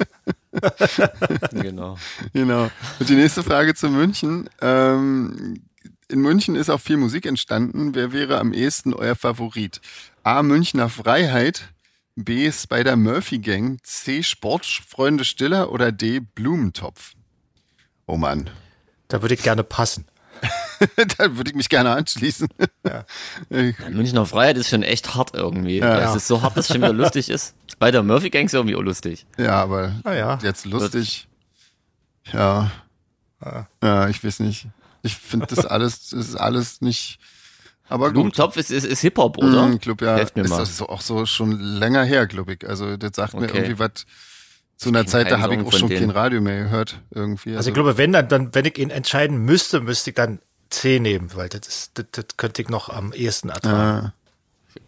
Speaker 3: genau.
Speaker 2: Genau. Und die nächste Frage zu München. Ähm, in München ist auch viel Musik entstanden. Wer wäre am ehesten euer Favorit? A. Münchner Freiheit, B. Spider-Murphy-Gang, C. Sportfreunde Stiller oder D. Blumentopf? Oh Mann, (laughs)
Speaker 1: Da würde ich gerne passen.
Speaker 2: da würde ich mich gerne anschließen. (laughs) Äh,
Speaker 3: Ja, Münchner Freiheit ist schon echt hart irgendwie. Ja, Es ist so hart, dass es schon wieder lustig ist. Bei der Murphy Gang ist irgendwie auch lustig.
Speaker 2: Ja, aber
Speaker 1: Ah ja.
Speaker 2: jetzt lustig. Ja.
Speaker 1: Ah.
Speaker 2: Ja, ich weiß nicht. Ich finde
Speaker 1: (laughs)
Speaker 2: das alles, das ist alles nicht. Aber gut.
Speaker 3: Blumentopf ist, ist, ist Hip-Hop, oder?
Speaker 2: Mm, glaub, ja,
Speaker 3: Helft mir
Speaker 2: ist
Speaker 3: mal.
Speaker 2: das so, auch so schon länger her, glaube ich. Also das sagt mir
Speaker 3: Okay.
Speaker 2: irgendwie was. Zu einer
Speaker 3: kenn
Speaker 2: Zeit, da
Speaker 3: keinen
Speaker 2: habe ich
Speaker 3: Song
Speaker 2: auch
Speaker 3: von
Speaker 2: schon
Speaker 3: denen.
Speaker 2: kein Radio mehr gehört irgendwie.
Speaker 1: Also ich glaube, wenn dann, dann, wenn ich ihn entscheiden müsste, müsste ich dann C nehmen, weil das, ist, das, das könnte ich noch am ehesten ertragen.
Speaker 2: Ja. (laughs)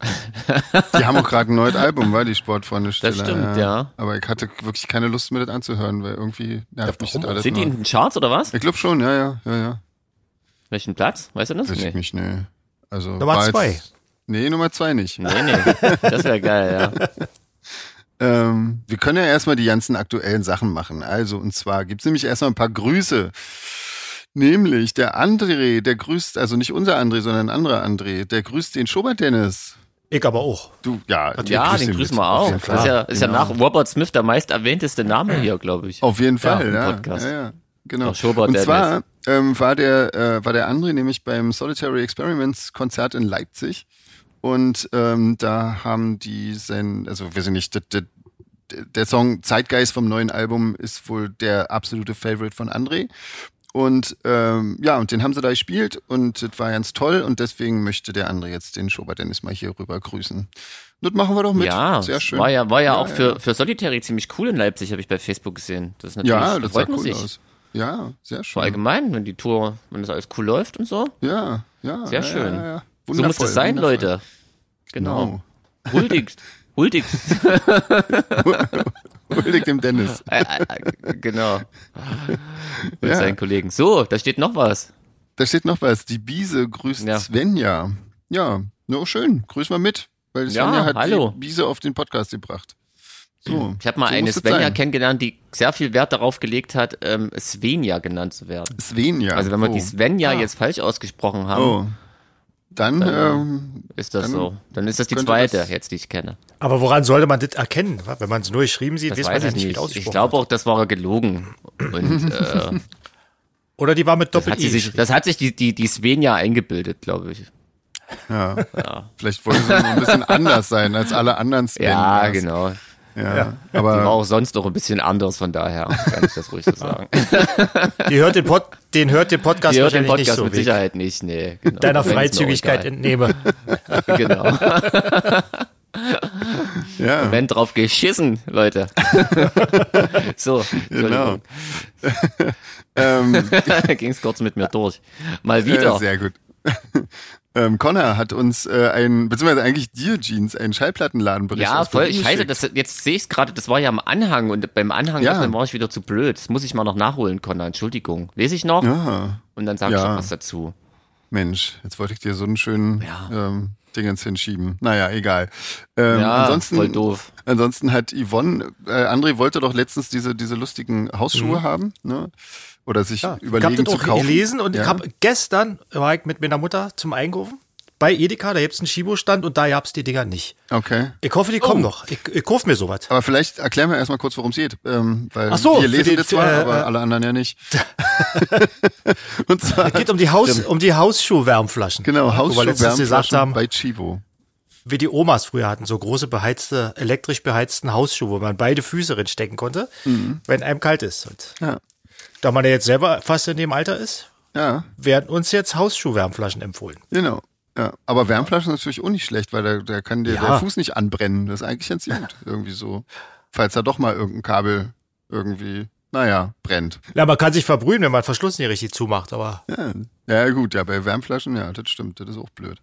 Speaker 2: die haben auch gerade ein neues Album, weil die Sportfreunde Stiller.
Speaker 3: stimmt, ja.
Speaker 2: Aber ich hatte wirklich keine Lust, mir das anzuhören, weil irgendwie nervt mich das alles.
Speaker 3: Sind die in
Speaker 2: nur.
Speaker 3: den Charts oder was?
Speaker 2: Ich glaube schon, ja, ja, ja, ja.
Speaker 3: Welchen Platz? Weißt du das?
Speaker 2: Weiß ich
Speaker 3: Nee.
Speaker 2: nicht, ne. Also
Speaker 1: Nummer
Speaker 2: war
Speaker 1: zwei.
Speaker 2: Jetzt, nee, Nummer zwei nicht.
Speaker 3: Nee, nee. Das
Speaker 2: (laughs)
Speaker 3: wäre geil, ja.
Speaker 2: Ähm, wir können ja erstmal die ganzen aktuellen Sachen machen. Also, und zwar gibt's nämlich erstmal ein paar Grüße. Nämlich der André, der grüßt, also nicht unser André, sondern ein anderer André, der grüßt den Schobert-Dennis.
Speaker 1: Ich aber auch.
Speaker 2: Du, ja,
Speaker 3: Ja,
Speaker 2: grüß
Speaker 3: den grüßen
Speaker 2: mit, Genau.
Speaker 3: wir
Speaker 2: auf
Speaker 3: auch.
Speaker 2: jeden
Speaker 3: Das ist
Speaker 2: Fall.
Speaker 3: ja, ist ja nach Robert Smith der meist erwähnteste Name hier, glaube ich.
Speaker 2: Auf jeden
Speaker 1: Ja,
Speaker 2: Fall,
Speaker 3: im
Speaker 2: ja.
Speaker 3: Podcast.
Speaker 2: ja, ja. Genau.
Speaker 3: Doch, Schobert,
Speaker 2: und
Speaker 3: der
Speaker 2: zwar ähm, war, der, äh, war der André nämlich beim Solitary Experiments Konzert in Leipzig. Und ähm, da haben die sein, also weiß ich nicht, der, der, der Song Zeitgeist vom neuen Album ist wohl der absolute Favorite von André. Und ähm, ja, und den haben sie da gespielt und das war ganz toll und deswegen möchte der André jetzt den Schobert Dennis mal hier rüber grüßen. Das machen wir doch mit.
Speaker 3: Ja,
Speaker 2: sehr schön.
Speaker 3: war ja, war ja, auch
Speaker 2: ja.
Speaker 3: Für, für Solitary ziemlich cool in Leipzig, habe ich bei Facebook gesehen. Das ist natürlich,
Speaker 2: ja, das sah
Speaker 3: freut
Speaker 2: cool
Speaker 3: man sich.
Speaker 2: aus. Ja, sehr schön.
Speaker 3: So allgemein, wenn die Tour, wenn das alles cool läuft und so.
Speaker 2: Ja, ja.
Speaker 3: Sehr
Speaker 2: ja,
Speaker 3: schön.
Speaker 2: Ja, ja.
Speaker 3: So muss
Speaker 2: Wundervoll,
Speaker 3: das sein,
Speaker 2: wundervoll.
Speaker 3: Leute. Genau. (laughs)
Speaker 2: Genau. (laughs)
Speaker 3: Huldigt. Huldigt.
Speaker 2: Huldig dem Dennis.
Speaker 3: Ä- ä- Äh, genau. Mit
Speaker 2: Ja.
Speaker 3: seinen Kollegen. So, da steht noch was.
Speaker 2: Da steht noch was. Die Biese grüßt
Speaker 3: Ja.
Speaker 2: Svenja. Ja, nur schön. Grüß mal mit. Weil
Speaker 3: Ja,
Speaker 2: Svenja hat
Speaker 3: hallo.
Speaker 2: die Biese auf den Podcast gebracht. So.
Speaker 3: Ich habe mal
Speaker 2: so
Speaker 3: eine
Speaker 2: muss das
Speaker 3: Svenja
Speaker 2: sein.
Speaker 3: kennengelernt, die sehr viel Wert darauf gelegt hat, ähm, Svenja genannt zu werden.
Speaker 2: Svenja.
Speaker 3: Also wenn wir
Speaker 2: oh.
Speaker 3: die Svenja
Speaker 2: Ah.
Speaker 3: jetzt falsch ausgesprochen haben,
Speaker 2: Oh. Dann,
Speaker 3: Dann, äh,
Speaker 2: ähm,
Speaker 3: ist das
Speaker 2: Dann
Speaker 3: so. Dann ist das die
Speaker 2: könnte
Speaker 3: zweite
Speaker 2: das-
Speaker 3: jetzt, die ich kenne.
Speaker 1: Aber woran sollte man das erkennen? wa? Wenn man es nur geschrieben sieht,
Speaker 3: Das
Speaker 1: weiß man
Speaker 3: weiß
Speaker 1: ja
Speaker 3: ich
Speaker 1: nicht, wie
Speaker 3: nicht.
Speaker 1: es
Speaker 3: Ich
Speaker 1: ausgesprochen
Speaker 3: glaube
Speaker 1: wird.
Speaker 3: auch, das war gelogen. Und äh,
Speaker 1: Oder die war mit
Speaker 3: hat sie
Speaker 1: Doppel-E.
Speaker 3: sich,
Speaker 1: geschrieben.
Speaker 3: das hat sich die, die, die Svenja eingebildet, glaube ich.
Speaker 2: ja. Vielleicht wollen sie nur ein
Speaker 3: (laughs)
Speaker 2: bisschen anders sein als alle anderen
Speaker 3: Ja,
Speaker 2: Svenjas.
Speaker 3: genau.
Speaker 2: Ja,
Speaker 3: Die war
Speaker 2: Aber
Speaker 3: auch sonst noch ein bisschen anders, von daher kann ich das ruhig so sagen.
Speaker 1: Die hört den,
Speaker 3: (laughs)
Speaker 1: Pod, den hört den Podcast
Speaker 3: Die hört den
Speaker 1: wahrscheinlich
Speaker 3: Podcast
Speaker 1: nicht so
Speaker 3: mit
Speaker 1: wie ich
Speaker 3: Sicherheit nicht, nee. Genau.
Speaker 1: deiner
Speaker 3: Wenn es mir
Speaker 1: Freizügigkeit
Speaker 3: auch
Speaker 1: entnehme.
Speaker 3: egal. Genau.
Speaker 2: ja.
Speaker 3: Wenn drauf geschissen, Leute. (laughs) so,
Speaker 2: Genau. Ähm, (laughs)
Speaker 3: Entschuldigung. (laughs) Ging es kurz mit mir durch. Mal
Speaker 2: Ja,
Speaker 3: wieder.
Speaker 2: sehr gut. (laughs) ähm, Connor hat uns äh, ein, beziehungsweise eigentlich dir, Jeans, einen Schallplattenladenbericht
Speaker 3: Ja,
Speaker 2: aus
Speaker 3: voll.
Speaker 2: Berlin
Speaker 3: Ich heiße,
Speaker 2: geschickt.
Speaker 3: das, jetzt sehe ich es gerade, das war ja am Anhang und beim Anhang
Speaker 2: Ja.
Speaker 3: öffnen war ich wieder zu blöd. Das muss ich mal noch nachholen, Connor. Entschuldigung. Lese ich noch
Speaker 2: Ja,
Speaker 3: und dann sage ich
Speaker 2: Ja.
Speaker 3: noch was dazu.
Speaker 2: Ah, Mensch, jetzt wollte ich dir so einen schönen
Speaker 3: Ja.
Speaker 2: ähm, Dingens hinschieben. Naja, egal. Ähm,
Speaker 3: Ja,
Speaker 2: ansonsten,
Speaker 3: voll doof.
Speaker 2: Ansonsten hat Yvonne, äh, André wollte doch letztens diese, diese lustigen Hausschuhe haben, ne? Oder sich
Speaker 1: Mhm. Ich habe
Speaker 2: überlegen
Speaker 1: das
Speaker 2: zu
Speaker 1: auch
Speaker 2: kaufen.
Speaker 1: gelesen und
Speaker 2: ja.
Speaker 1: ich hab, gestern war ich mit meiner Mutter zum Einkaufen bei Edeka, da gibt's einen Schibo-Stand und da gab's die Dinger nicht.
Speaker 2: Okay.
Speaker 1: Ich hoffe, die
Speaker 2: Oh.
Speaker 1: kommen noch. Ich, ich kauf mir sowas.
Speaker 2: Aber vielleicht erklären wir erstmal kurz, worum es geht. Ähm, weil
Speaker 1: Ach so,
Speaker 2: wir
Speaker 1: für
Speaker 2: lesen
Speaker 1: den-
Speaker 2: das zwar,
Speaker 1: äh,
Speaker 2: aber
Speaker 1: äh,
Speaker 2: alle anderen
Speaker 1: (laughs)
Speaker 2: ja nicht. und zwar
Speaker 1: Geht um die Haus, um die Hausschuhwärmflaschen.
Speaker 2: Genau,
Speaker 1: Wo wir letztens gesagt
Speaker 2: Hausschuhwärmflaschen
Speaker 1: haben,
Speaker 2: bei Chibo.
Speaker 1: wie die Omas früher hatten, so große beheizte, elektrisch beheizten Hausschuhe, wo man beide Füße reinstecken konnte,
Speaker 2: Mhm.
Speaker 1: wenn einem kalt ist. Und
Speaker 2: Ja.
Speaker 1: da man ja jetzt selber fast in dem Alter ist,
Speaker 2: Ja,
Speaker 1: werden uns jetzt Hausschuhwärmflaschen empfohlen.
Speaker 2: genau. Ja, aber Wärmflaschen ist natürlich auch nicht schlecht, weil da, da kann dir
Speaker 1: Ja.
Speaker 2: der Fuß nicht anbrennen. Das ist eigentlich ganz gut, irgendwie so. Falls da doch mal irgendein Kabel irgendwie, naja, brennt.
Speaker 1: Ja, man kann sich verbrühen, wenn man Verschluss nicht richtig zumacht, aber
Speaker 2: Ja, ja gut, ja, bei Wärmflaschen, ja, das stimmt, das ist auch blöd.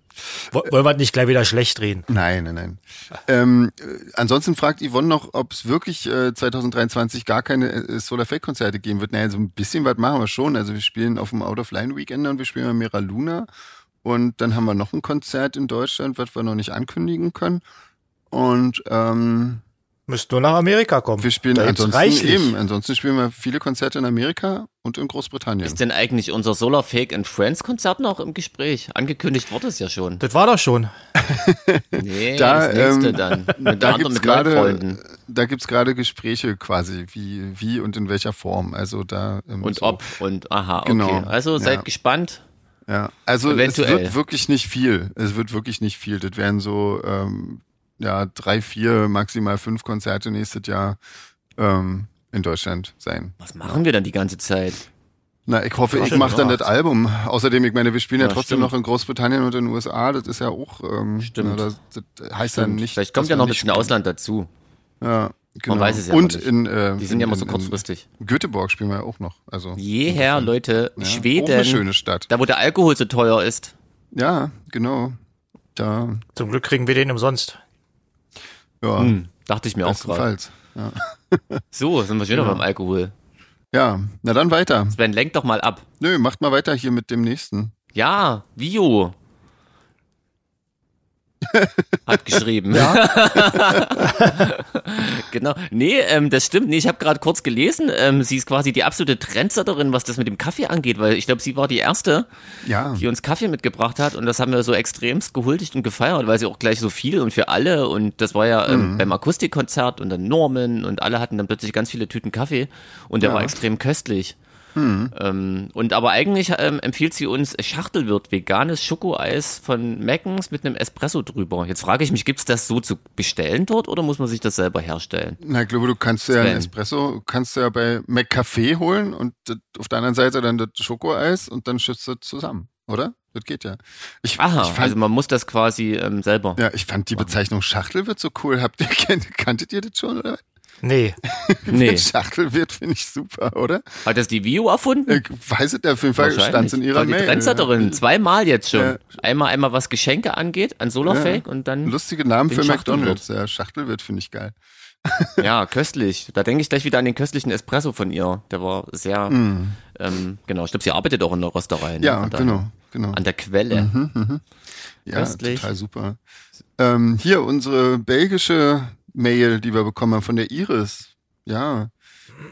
Speaker 1: wo- wollen wir nicht gleich wieder schlecht reden.
Speaker 2: Nein, nein, nein. Ähm, äh, ansonsten fragt Yvonne noch, ob es wirklich äh, 2023 gar keine äh, Solar Fake Konzerte geben wird. Naja, so ein bisschen was machen wir schon. Also wir spielen auf dem Out of Line Weekend und wir spielen bei Mira Luna. Und dann haben wir noch ein Konzert in Deutschland, was wir noch nicht ankündigen können. Und ähm,
Speaker 1: Müsst nur nach Amerika kommen.
Speaker 2: Wir spielen
Speaker 1: Da gibt's
Speaker 2: ansonsten
Speaker 1: reichlich.
Speaker 2: eben, ansonsten spielen wir viele Konzerte in Amerika und in Großbritannien.
Speaker 3: Ist denn eigentlich unser Solar Fake and Friends Konzert noch im Gespräch? Angekündigt wurde es ja schon.
Speaker 1: Das war doch schon.
Speaker 3: Nee,
Speaker 2: Da,
Speaker 3: das nächste
Speaker 2: ähm, (laughs)
Speaker 3: dann. Mit
Speaker 2: Da
Speaker 3: da anderen
Speaker 2: gibt's
Speaker 3: mit
Speaker 2: gerade,
Speaker 3: Leutfreunden.
Speaker 2: da gibt's gerade Gespräche quasi, wie, wie und in welcher Form. Also da ähm,
Speaker 3: Und
Speaker 2: so.
Speaker 3: ob und aha, okay.
Speaker 2: Genau,
Speaker 3: Also seid
Speaker 2: ja.
Speaker 3: gespannt.
Speaker 2: Ja, also es
Speaker 3: Eventuell.
Speaker 2: wird wirklich nicht viel. Es wird wirklich nicht viel. Das werden so ähm, ja drei, vier, maximal fünf Konzerte nächstes Jahr ähm, in Deutschland sein.
Speaker 3: Was machen wir dann die ganze Zeit?
Speaker 2: Na, ich hoffe, ich
Speaker 1: Schön
Speaker 2: mache dann das
Speaker 3: gemacht.
Speaker 2: Album. Außerdem, ich meine, wir spielen ja,
Speaker 3: Ja,
Speaker 2: trotzdem
Speaker 3: stimmt.
Speaker 2: noch in Großbritannien und in den USA. Das ist ja auch. Ähm, Na,
Speaker 3: Stimmt.
Speaker 2: das, das heißt dann nicht.
Speaker 3: Vielleicht kommt
Speaker 2: dass
Speaker 3: ja
Speaker 2: wir
Speaker 3: noch ein
Speaker 2: nicht
Speaker 3: bisschen Ausland dazu.
Speaker 2: Ja, genau.
Speaker 3: weiß es ja
Speaker 2: und
Speaker 3: noch nicht.
Speaker 2: in äh,
Speaker 3: Die sind ja
Speaker 2: in,
Speaker 3: immer so
Speaker 2: in-
Speaker 3: kurzfristig.
Speaker 2: In Göteborg spielen wir ja auch noch. Also
Speaker 3: Jeher,
Speaker 2: ja,
Speaker 3: Leute,
Speaker 2: Auch eine
Speaker 3: Schweden,
Speaker 2: schöne Stadt.
Speaker 3: da wo der Alkohol so teuer ist.
Speaker 2: Ja, genau. Da
Speaker 1: Zum Glück kriegen wir den umsonst.
Speaker 2: ja.
Speaker 3: Hm, dachte ich mir auch gerade.
Speaker 2: Bestenfalls. Ja.
Speaker 3: So, sind wir schon noch beim Alkohol.
Speaker 2: ja, na dann weiter.
Speaker 3: Sven, lenk doch mal ab.
Speaker 2: Nö, macht mal weiter hier mit dem nächsten.
Speaker 3: Ja, Vio. Hat geschrieben. (laughs) genau. Nee, ähm, das stimmt. Nee, ich habe gerade kurz gelesen. Ähm, sie ist quasi die absolute Trendsetterin, was das mit dem Kaffee angeht, weil ich glaube, sie war die erste,
Speaker 2: Ja,
Speaker 3: die uns Kaffee mitgebracht hat und das haben wir so extremst gehuldigt und gefeiert, weil sie auch gleich so viel und für alle und das war ja ähm, beim Akustikkonzert und dann Norman und alle hatten dann plötzlich ganz viele Tüten Kaffee und der war extrem köstlich. Ähm, und aber eigentlich ähm, empfiehlt sie uns Schachtelwirt veganes Schokoeis von Meckens mit einem Espresso drüber. Jetzt frage ich mich, gibt's das so zu bestellen dort oder muss man sich das selber herstellen?
Speaker 2: na ich glaube, du kannst ja einen
Speaker 3: Sven.
Speaker 2: Espresso, kannst du ja bei McCafé holen und das, auf der anderen Seite dann das Schokoeis und dann schützt du das zusammen, oder? Das geht ja. Ich,
Speaker 3: Aha,
Speaker 2: ich fand,
Speaker 3: also man muss das quasi ähm, selber.
Speaker 2: (laughs) ja, ich fand die Bezeichnung Schachtelwirt so cool. Habt ihr, kennt- (laughs) kanntet ihr das schon, oder? (laughs)
Speaker 1: Nee.
Speaker 3: Nee.
Speaker 2: Schachtelwirt finde ich super, oder?
Speaker 3: Hat das die Vio erfunden?
Speaker 2: Ich weiß es auf jeden Fall, stand in ihrer
Speaker 3: War die
Speaker 2: Mail.
Speaker 3: Trendsetterin, zweimal jetzt schon.
Speaker 2: Ja.
Speaker 3: Einmal, einmal was Geschenke angeht, an Solarfake und dann,
Speaker 2: Lustige Namen
Speaker 3: Den
Speaker 2: für
Speaker 3: Schachtelwirt.
Speaker 2: McDonalds. Ja, Schachtelwirt finde ich geil.
Speaker 3: ja, köstlich. Da denke ich gleich wieder an den köstlichen Espresso von ihr. Der war sehr, ähm, genau, ich glaube, sie arbeitet auch in der Rösterei. ne?
Speaker 2: Mm. Ja,
Speaker 3: Von daher.
Speaker 2: genau, genau.
Speaker 3: An der Quelle.
Speaker 2: Ja,
Speaker 3: Köstlich.
Speaker 2: total super. Ähm, hier unsere belgische Mail, die wir bekommen haben von der Iris. Ja,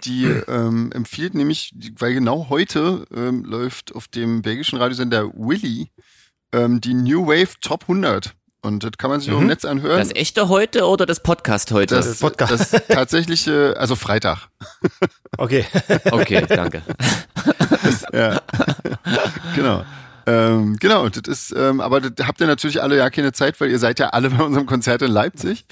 Speaker 2: die ähm, empfiehlt nämlich, die- weil genau heute ähm, läuft auf dem belgischen Radiosender Willy ähm, die New Wave Top 100. Und das kann man sich auch im Netz anhören.
Speaker 3: Das echte heute oder das Podcast heute?
Speaker 1: ist Podcast.
Speaker 2: das tatsächliche, also Freitag.
Speaker 1: Okay.
Speaker 3: (laughs) okay, danke.
Speaker 2: (laughs) ja. genau. Ähm, genau, das ist, ähm, aber das habt ihr natürlich alle ja keine Zeit, weil ihr seid ja alle bei unserem Konzert in Leipzig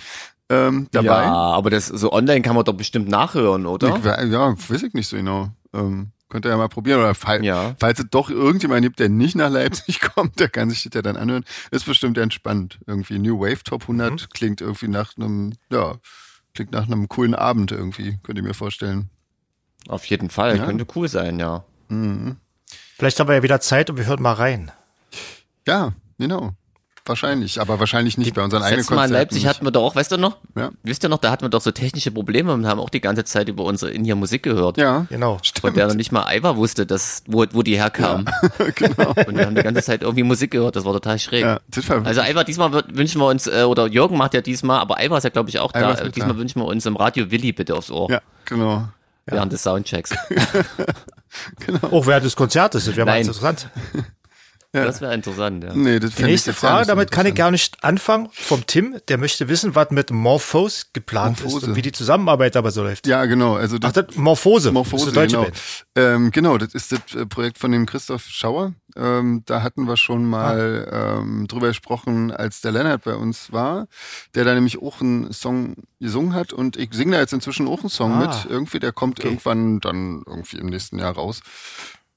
Speaker 2: ähm, (laughs) dabei.
Speaker 3: Ja, aber das so online kann man doch bestimmt nachhören, oder?
Speaker 2: Ich, we- ja, weiß ich nicht so genau. Ähm, könnt ihr ja mal probieren. Oder fall,
Speaker 3: Ja.
Speaker 2: falls es doch irgendjemand gibt, der nicht nach Leipzig (laughs) kommt, der kann sich das ja dann anhören. Ist bestimmt entspannt. Irgendwie New Wave Top 100
Speaker 1: Mhm.
Speaker 2: klingt irgendwie nach einem, ja, klingt nach einem coolen Abend irgendwie, könnt ihr mir vorstellen.
Speaker 3: Auf jeden Fall,
Speaker 2: Ja.
Speaker 3: könnte cool sein, ja.
Speaker 1: Vielleicht haben wir ja wieder Zeit und wir hören mal rein.
Speaker 2: Ja, genau. Wahrscheinlich, aber wahrscheinlich nicht bei unseren
Speaker 3: Das
Speaker 2: eigenen
Speaker 3: letzte Mal in
Speaker 2: Konzerten.
Speaker 3: Leipzig
Speaker 2: nicht.
Speaker 3: hatten wir doch auch, weißt du noch?
Speaker 2: Ja.
Speaker 3: Wisst ihr noch, da hatten wir doch so technische Probleme und haben auch die ganze Zeit über unsere in hier Musik gehört.
Speaker 2: Ja,
Speaker 1: Genau.
Speaker 3: Von der noch nicht mal Iva wusste, dass, wo, wo die herkam.
Speaker 2: (laughs) genau.
Speaker 3: Und wir haben die ganze Zeit irgendwie Musik gehört, das war total schräg.
Speaker 2: Ja, das war,
Speaker 3: Also Iva, diesmal wird, wünschen wir uns, äh, oder Jürgen macht ja diesmal, aber Iva ist ja glaube ich auch
Speaker 2: Ivar
Speaker 3: da,
Speaker 2: ist
Speaker 3: äh,
Speaker 2: mit
Speaker 3: diesmal
Speaker 2: da.
Speaker 3: wünschen wir uns im Radio Willi bitte aufs Ohr,
Speaker 2: ja, genau.
Speaker 3: während
Speaker 2: (laughs)
Speaker 3: des Soundchecks.
Speaker 1: Auch während des Konzertes. Oh, Das wäre mal
Speaker 3: Nein.
Speaker 1: interessant.
Speaker 3: Das wäre interessant, ja.
Speaker 2: Nee, das
Speaker 1: Die
Speaker 2: fänd ich
Speaker 1: nächste
Speaker 2: jetzt ja
Speaker 1: Frage,
Speaker 2: nicht
Speaker 1: damit kann ich
Speaker 2: interessant.
Speaker 1: gar nicht anfangen, vom Tim. Der möchte wissen, was mit Morphose geplant ist
Speaker 2: Morphose.
Speaker 1: und wie die Zusammenarbeit dabei so läuft.
Speaker 2: Ja, genau. Also
Speaker 1: Ach, das Morphose. das
Speaker 2: Morphose,
Speaker 1: ist eine deutsche
Speaker 2: genau.
Speaker 1: Band.
Speaker 2: Ähm, genau, das ist das äh, Projekt von dem Christoph Schauer. Ähm, da hatten wir
Speaker 1: Ah.
Speaker 2: schon mal ähm, drüber gesprochen, als der Lennart bei uns war, der da nämlich auch einen Song gesungen hat und ich singe da jetzt inzwischen auch einen Song
Speaker 1: Ah,
Speaker 2: mit. Irgendwie, der kommt
Speaker 1: okay.
Speaker 2: irgendwann dann irgendwie im nächsten Jahr raus.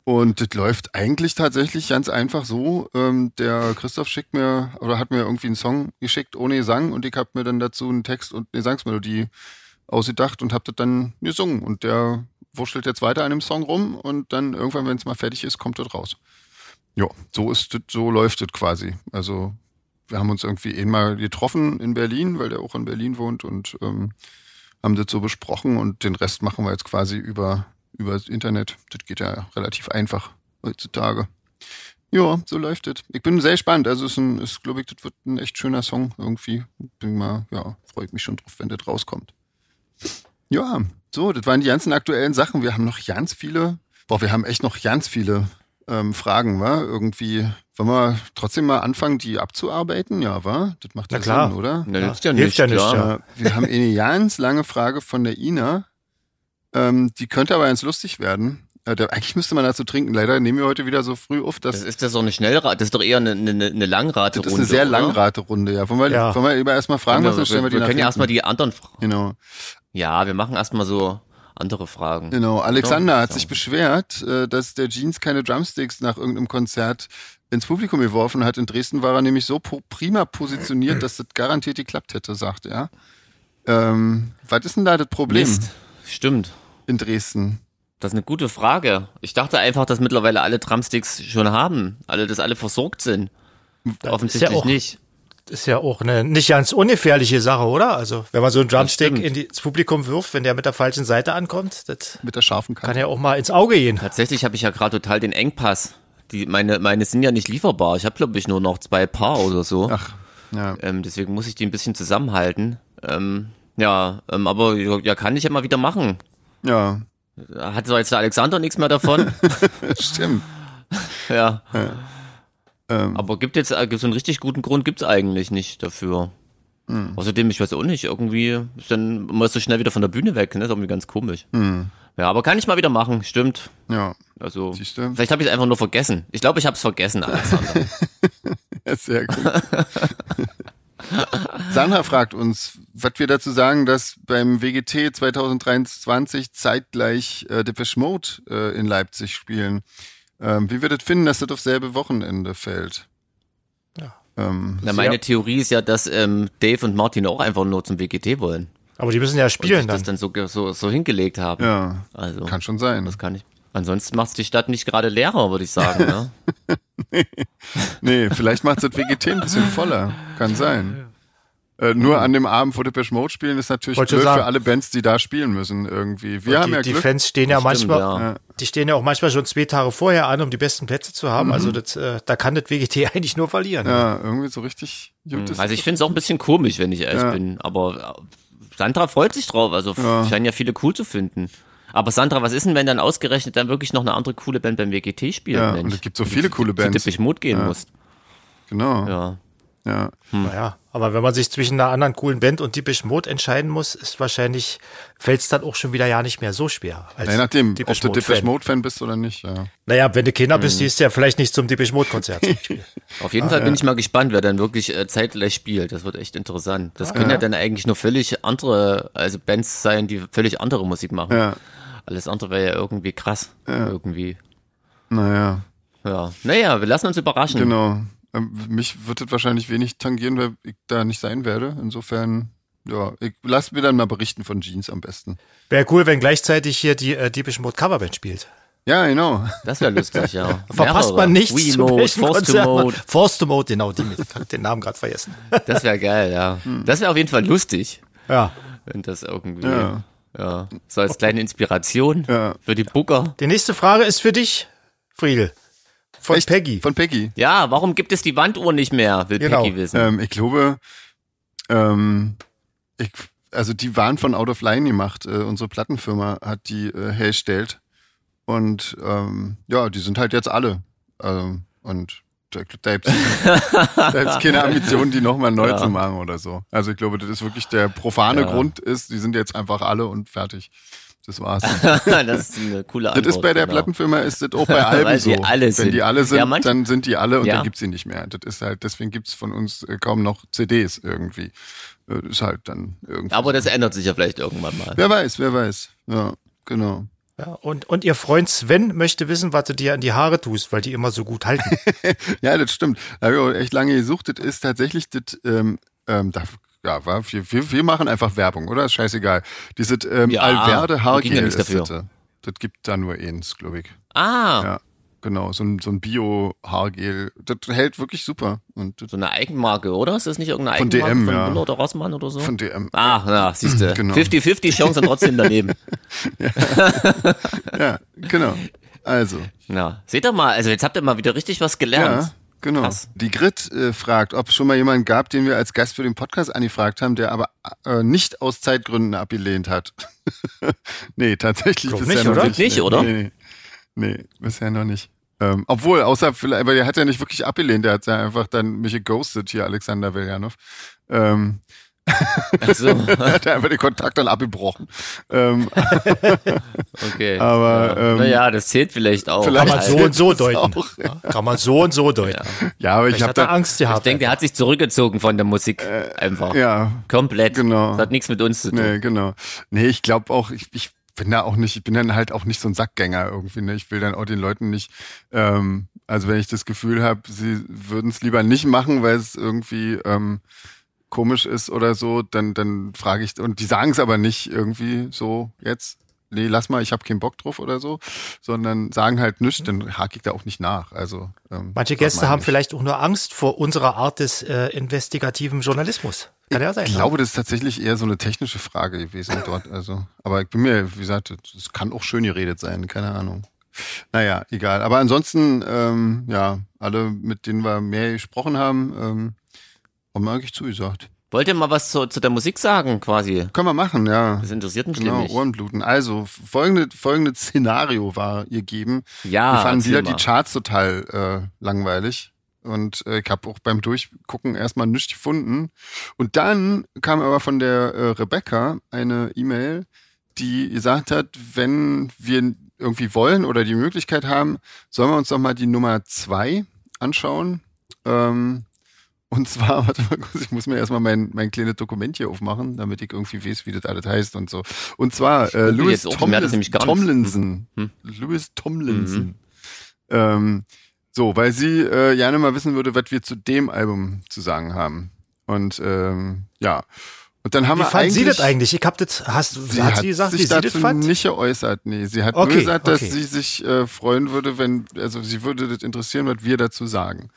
Speaker 2: Und das läuft eigentlich tatsächlich ganz einfach so. Ähm, der Christoph schickt mir oder hat mir irgendwie einen Song geschickt ohne Gesang und ich habe mir dann dazu einen Text und eine Gesangsmelodie ausgedacht und habe das dann gesungen. Und der wurschtelt jetzt weiter an dem Song rum und dann irgendwann, wenn es mal fertig ist, kommt das raus. Ja, so ist das, so läuft das quasi. Also wir haben uns irgendwie einmal getroffen in Berlin, weil der auch in Berlin wohnt und ähm, haben das so besprochen und den Rest machen wir jetzt quasi über über das Internet. Das geht ja relativ einfach heutzutage. Ja, so läuft das. Ich bin sehr gespannt. Also es ist, ein- ist glaube ich, das wird ein echt schöner Song irgendwie. Bin mal, ja, freue ich mich schon drauf, wenn das rauskommt. Ja, so, das waren die ganzen aktuellen Sachen. Wir haben noch ganz viele, boah, wir haben echt noch ganz viele ähm, Fragen, war irgendwie. Wollen wir trotzdem mal anfangen, die abzuarbeiten? Ja, war? Das macht
Speaker 1: Na
Speaker 2: ja
Speaker 1: klar.
Speaker 2: Sinn, oder?
Speaker 3: Na, nützt
Speaker 1: Hilft ja nicht,
Speaker 3: klar.
Speaker 1: ja.
Speaker 2: Äh, wir haben eine ganz lange Frage von der Ina. Ähm, die könnte aber ganz lustig werden. Äh, da, eigentlich müsste man dazu trinken. Leider nehmen wir heute wieder so früh auf, dass
Speaker 3: Das ist ja so eine Schnellrate, das ist doch eher eine, eine, eine Langrate.
Speaker 2: Das ist eine sehr
Speaker 3: oder?
Speaker 2: Langrate-Runde, ja. Wollen wir,
Speaker 1: Ja.
Speaker 2: Wollen wir lieber erstmal fragen, was dann
Speaker 3: wir,
Speaker 2: stellen wir
Speaker 3: wir,
Speaker 2: die
Speaker 3: wir
Speaker 2: nach
Speaker 3: können ja
Speaker 2: hinten.
Speaker 3: erstmal die anderen Fragen.
Speaker 2: Genau,
Speaker 3: Ja, wir machen erstmal so andere Fragen.
Speaker 2: genau. Alexander
Speaker 3: Ja,
Speaker 2: hat
Speaker 3: so.
Speaker 2: sich beschwert, äh, dass der Jeans keine Drumsticks nach irgendeinem Konzert ins Publikum geworfen hat. In Dresden war er nämlich so po- prima positioniert, dass das garantiert geklappt hätte, sagt er. Ähm, was ist denn da das Problem
Speaker 3: Mist. Stimmt.
Speaker 2: in Dresden?
Speaker 3: Das ist eine gute Frage. Ich dachte einfach, dass mittlerweile alle Drumsticks schon haben, alle, dass alle versorgt sind. Offensichtlich
Speaker 1: auch-
Speaker 3: nicht.
Speaker 1: ist ja auch eine nicht ganz ungefährliche Sache, oder? Also, wenn man so einen Drumstick
Speaker 3: stimmt.
Speaker 1: in die, ins Publikum wirft, wenn der mit der falschen Seite ankommt, das
Speaker 2: Mit der scharfen Kante.
Speaker 1: kann ja auch mal ins Auge gehen.
Speaker 3: Tatsächlich habe ich ja gerade total den Engpass. Die, meine, meine sind ja nicht lieferbar. Ich habe, glaube ich, nur noch zwei Paar oder so.
Speaker 2: Ach, ja.
Speaker 3: Ähm, deswegen muss ich die ein bisschen zusammenhalten. Ähm, ja, ähm, aber ja, kann ich ja mal wieder machen.
Speaker 2: Ja, (laughs)
Speaker 3: Hat so jetzt der Alexander nichts mehr davon.
Speaker 2: stimmt.
Speaker 3: ja.
Speaker 2: Ähm,
Speaker 3: Aber gibt jetzt äh, gibt's einen richtig guten Grund, gibt's eigentlich nicht dafür. Außerdem, ich weiß auch nicht, irgendwie ist dann immer so schnell wieder von der Bühne weg, ne? ist irgendwie ganz komisch. Ja, aber kann ich mal wieder machen, stimmt.
Speaker 2: ja,
Speaker 3: Also,
Speaker 2: Siehst du? (laughs)
Speaker 3: vielleicht habe ich es einfach nur vergessen. Ich glaube, ich habe es vergessen, Alexander.
Speaker 2: sehr gut. Sandra fragt uns, was wir dazu sagen, dass beim WGT 2023 zeitgleich äh, Depeche Mode äh, in Leipzig spielen. Ähm, wie wir das finden, dass das auf selbe Wochenende fällt? Ja. Ähm,
Speaker 3: Na, meine Theorie ist ja, dass ähm, Dave und Martin auch einfach nur zum WGT wollen.
Speaker 1: Aber die müssen ja
Speaker 3: Und sich
Speaker 1: spielen
Speaker 3: das
Speaker 1: dann.
Speaker 3: dann so, ge- so, so hingelegt haben.
Speaker 2: ja,
Speaker 3: Also,
Speaker 2: kann schon sein.
Speaker 3: das kann ich. Ansonsten macht's die Stadt nicht gerade leerer, würde ich sagen. Ne?
Speaker 2: Nee, vielleicht macht das WGT ein bisschen voller. Kann sein. Äh, nur an dem Abend, wo Depeche Mode spielen, ist natürlich
Speaker 1: Wollte
Speaker 2: blöd
Speaker 1: sagen.
Speaker 2: für alle Bands, die da spielen müssen irgendwie. Wir haben
Speaker 1: die,
Speaker 2: ja
Speaker 1: die
Speaker 2: Glück.
Speaker 1: Fans stehen ja
Speaker 3: Das stimmt,
Speaker 1: manchmal,
Speaker 3: ja.
Speaker 1: die stehen ja auch manchmal schon zwei Tage vorher an, um die besten Plätze zu haben. Also das, äh, da kann das WGT (laughs) eigentlich nur verlieren.
Speaker 2: Mhm. ja, irgendwie so richtig. Juckt es
Speaker 3: Also ich finde es auch ein bisschen komisch, wenn ich ehrlich bin. Aber äh, Sandra freut sich drauf. Also f- scheinen ja viele cool zu finden. Aber Sandra, was ist denn, wenn dann ausgerechnet dann wirklich noch eine andere coole Band beim WGT spielt?
Speaker 2: Ja,
Speaker 3: Mensch?
Speaker 2: und es gibt so viele coole
Speaker 3: Zu
Speaker 2: Bands.
Speaker 3: Dippich Mut gehen musst.
Speaker 2: Genau. Ja.
Speaker 3: Ja.
Speaker 1: Naja, aber wenn man sich zwischen einer anderen coolen Band und Deepish Mode entscheiden muss, ist wahrscheinlich, fällt es dann auch schon wieder ja nicht mehr so schwer. als
Speaker 2: Je nachdem, ob
Speaker 1: Depeche
Speaker 2: du Depeche
Speaker 1: Mode-Fan.
Speaker 2: Mode-Fan bist oder nicht. Ja.
Speaker 1: Naja, wenn du Kinder bist, gehst du ja vielleicht nicht zum Deepish Mode Konzert.
Speaker 3: Auf jeden Fall bin ich mal gespannt, wer dann wirklich äh, zeitgleich spielt. Das wird echt interessant. Das können ja. dann eigentlich nur völlig andere, also Bands sein, die völlig andere Musik machen.
Speaker 2: Ja.
Speaker 3: Alles andere wäre ja irgendwie krass. Irgendwie.
Speaker 2: Naja,
Speaker 3: Ja. Naja, wir lassen uns überraschen.
Speaker 2: genau. Ähm, Mich wird das wahrscheinlich wenig tangieren, weil ich da nicht sein werde. Insofern, ja, ich lass mir dann mal berichten von Jeans am besten.
Speaker 1: Wäre cool, wenn gleichzeitig hier die äh, Deepish Mode Coverband spielt.
Speaker 2: Ja, genau. (laughs)
Speaker 3: Das wäre lustig, ja.
Speaker 1: Verpasst
Speaker 3: Mehrere.
Speaker 1: man nichts.
Speaker 3: Wii
Speaker 1: zu
Speaker 3: Mode,
Speaker 1: welchem
Speaker 3: Force to
Speaker 1: Konzert man-
Speaker 3: Mode.
Speaker 1: Force to Mode, genau, die mit. Ich hab den Namen gerade vergessen.
Speaker 3: Das wäre geil,
Speaker 2: (laughs)
Speaker 3: ja.
Speaker 2: Hm.
Speaker 3: Das wäre auf jeden Fall lustig,
Speaker 1: Ja,
Speaker 3: wenn das irgendwie.
Speaker 2: Ja.
Speaker 3: Ja. So als kleine Inspiration
Speaker 2: Ja.
Speaker 3: für die Booker.
Speaker 1: die nächste Frage ist für dich, Friedel. Von
Speaker 2: Echt?
Speaker 1: Peggy.
Speaker 2: Von Peggy.
Speaker 3: Ja, warum gibt es die Wanduhr nicht mehr? Will
Speaker 1: Genau.
Speaker 3: Peggy wissen.
Speaker 2: Ähm, ich glaube, ähm, ich, also die waren von Out of Line gemacht. Äh, unsere Plattenfirma hat die äh, hergestellt. Und ähm, ja, die sind halt jetzt alle. Ähm, und da, da gibt es keine Ambition, die nochmal neu zu machen oder so. Also ich glaube, das ist wirklich der profane Grund ist, die sind jetzt einfach alle und fertig. Das war's. das
Speaker 3: (laughs) das ist eine coole Antwort.
Speaker 2: ist bei der
Speaker 3: genau.
Speaker 2: Plattenfirma, ist das auch
Speaker 3: (laughs)
Speaker 2: bei Alben
Speaker 3: Weil
Speaker 2: so.
Speaker 3: sie alle
Speaker 2: Wenn
Speaker 3: sind.
Speaker 2: die alle sind,
Speaker 3: Ja, manch-
Speaker 2: dann sind die alle und
Speaker 3: Ja.
Speaker 2: dann gibt's sie nicht mehr. Das ist halt, deswegen gibt's von uns äh, kaum noch CDs irgendwie. Äh, Ist halt dann irgendwie.
Speaker 3: Aber das ändert sich ja vielleicht irgendwann mal.
Speaker 2: wer weiß, wer weiß. Ja, genau.
Speaker 1: Ja, und, und ihr Freund Sven möchte wissen, was du dir an die Haare tust, weil die immer so gut halten.
Speaker 2: Ja, das stimmt. Da habe ich auch echt lange gesucht. Das ist tatsächlich das, ähm, ähm, da, ja, war, wir, wir, wir machen einfach Werbung, oder? Ist scheißegal. Dieses ähm,
Speaker 3: Ja,
Speaker 2: Alverde
Speaker 3: ging ja
Speaker 2: Haargel
Speaker 3: nicht
Speaker 2: ist
Speaker 3: dafür.
Speaker 2: das. äh, Das gibt da nur eins, glaube ich.
Speaker 3: Ah,
Speaker 2: Ja, genau. So ein, so ein Bio-Haargel. Das hält wirklich super. Und das
Speaker 3: so eine Eigenmarke, oder? Ist das nicht irgendeine
Speaker 2: Von
Speaker 3: Eigenmarke
Speaker 2: DM,
Speaker 3: von
Speaker 2: ja.
Speaker 3: Müller oder Rossmann oder so?
Speaker 2: von DM.
Speaker 3: ah, ja, siehst du.
Speaker 2: Genau.
Speaker 3: 50-50
Speaker 2: (laughs)
Speaker 3: Chancen trotzdem daneben.
Speaker 2: Ja, Also, genau. Also,
Speaker 3: Ja, seht ihr mal, also jetzt habt ihr mal wieder richtig was gelernt.
Speaker 2: Genau.
Speaker 3: Krass.
Speaker 2: Die Grit äh, fragt, ob es schon mal jemanden gab, den wir als Gast für den Podcast angefragt haben, der aber äh, nicht aus Zeitgründen abgelehnt hat. (laughs) nee, tatsächlich
Speaker 1: Glaub
Speaker 2: bisher
Speaker 1: nicht,
Speaker 2: noch
Speaker 1: oder?
Speaker 2: nicht.
Speaker 3: Nicht,
Speaker 2: Nee,
Speaker 3: oder?
Speaker 2: Nee, nee. nee bisher noch nicht. Ähm, obwohl, außer vielleicht, aber der hat ja nicht wirklich abgelehnt, der hat ja einfach dann mich geghostet, hier Alexander Veljanov.
Speaker 3: (laughs)
Speaker 2: Ähm,
Speaker 3: Ach so, (laughs)
Speaker 2: hat er einfach den Kontakt dann abgebrochen. Ähm,
Speaker 3: okay.
Speaker 2: Aber,
Speaker 3: ja.
Speaker 2: ähm,
Speaker 3: naja, das zählt vielleicht auch.
Speaker 2: vielleicht-
Speaker 1: Kann man so und so
Speaker 2: Das
Speaker 1: deuten.
Speaker 2: auch,
Speaker 1: Ja. Kann man so und so deuten.
Speaker 2: ja, aber ich
Speaker 1: Vielleicht
Speaker 2: habe
Speaker 1: hat er
Speaker 2: da.
Speaker 1: Angst
Speaker 3: Ich
Speaker 1: gehabt.
Speaker 3: denke, der hat sich zurückgezogen von der Musik. einfach.
Speaker 2: Äh, Ja,
Speaker 3: Komplett.
Speaker 2: Genau.
Speaker 3: Das hat nichts mit uns zu tun.
Speaker 2: Nee, genau. Nee, ich glaube auch, ich, ich bin da auch nicht, ich bin dann halt auch nicht so ein Sackgänger irgendwie. Ne? Ich will dann auch den Leuten nicht, ähm, also wenn ich das Gefühl habe, sie würden es lieber nicht machen, weil es irgendwie ähm, komisch ist oder so, dann, dann frage ich, und die sagen es aber nicht irgendwie so jetzt. Nee, lass mal, ich habe keinen Bock drauf oder so, sondern sagen halt nichts, dann hake ich da auch nicht nach. Also ähm,
Speaker 1: Manche
Speaker 2: das meine
Speaker 1: Gäste haben
Speaker 2: ich.
Speaker 1: vielleicht auch nur Angst vor unserer Art des äh, investigativen Journalismus. Kann ja sein.
Speaker 2: Ich
Speaker 1: ne?
Speaker 2: glaube, das ist tatsächlich eher so eine technische Frage gewesen dort. Also, aber ich bin mir, wie gesagt, es kann auch schön geredet sein, keine Ahnung. Naja, egal. Aber ansonsten, ähm, ja, alle, mit denen wir mehr gesprochen haben, ähm, haben wir eigentlich zugesagt.
Speaker 3: Wollt ihr mal was zu, zu der Musik sagen, quasi?
Speaker 2: Können wir machen, ja.
Speaker 3: Das interessiert mich
Speaker 2: Genau,
Speaker 3: nämlich.
Speaker 2: Ohrenbluten. Also, folgende, folgendes Szenario war ihr geben.
Speaker 3: ja,
Speaker 2: Wir fanden
Speaker 3: erzähl
Speaker 2: wieder
Speaker 3: mal.
Speaker 2: die Charts total äh, langweilig. Und äh, ich habe auch beim Durchgucken erstmal nichts gefunden. Und dann kam aber von der äh, Rebecca eine E-Mail, die gesagt hat, wenn wir irgendwie wollen oder die Möglichkeit haben, sollen wir uns doch mal die Nummer zwei anschauen. Ähm, und (laughs) zwar, warte mal kurz, ich muss mir erstmal mein, mein kleines Dokument hier aufmachen, damit ich irgendwie weiß, wie das alles heißt und so. Und zwar äh,
Speaker 3: google
Speaker 2: Louis
Speaker 3: jetzt auch, mir hat
Speaker 2: Tomlis-
Speaker 3: das nämlich gar nichts.
Speaker 2: Tomlinson.
Speaker 3: Hm.
Speaker 2: Louis Tomlinson.
Speaker 1: Mhm.
Speaker 2: Ähm, so, weil sie äh, gerne mal wissen würde, was wir zu dem Album zu sagen haben. Und ähm, ja. Und dann haben
Speaker 1: Wie
Speaker 2: wir
Speaker 1: fand
Speaker 2: eigentlich.
Speaker 1: sie das eigentlich? Ich hab das, hast,
Speaker 2: Sie
Speaker 1: hat
Speaker 2: hat,
Speaker 1: sie gesagt,
Speaker 2: sich
Speaker 1: wie sie das
Speaker 2: dazu
Speaker 1: fand?
Speaker 2: nicht geäußert. Nee, sie hat
Speaker 1: Okay,
Speaker 2: nur gesagt, dass
Speaker 1: okay.
Speaker 2: sie sich äh, freuen würde, wenn, also sie würde das interessieren, was wir dazu sagen.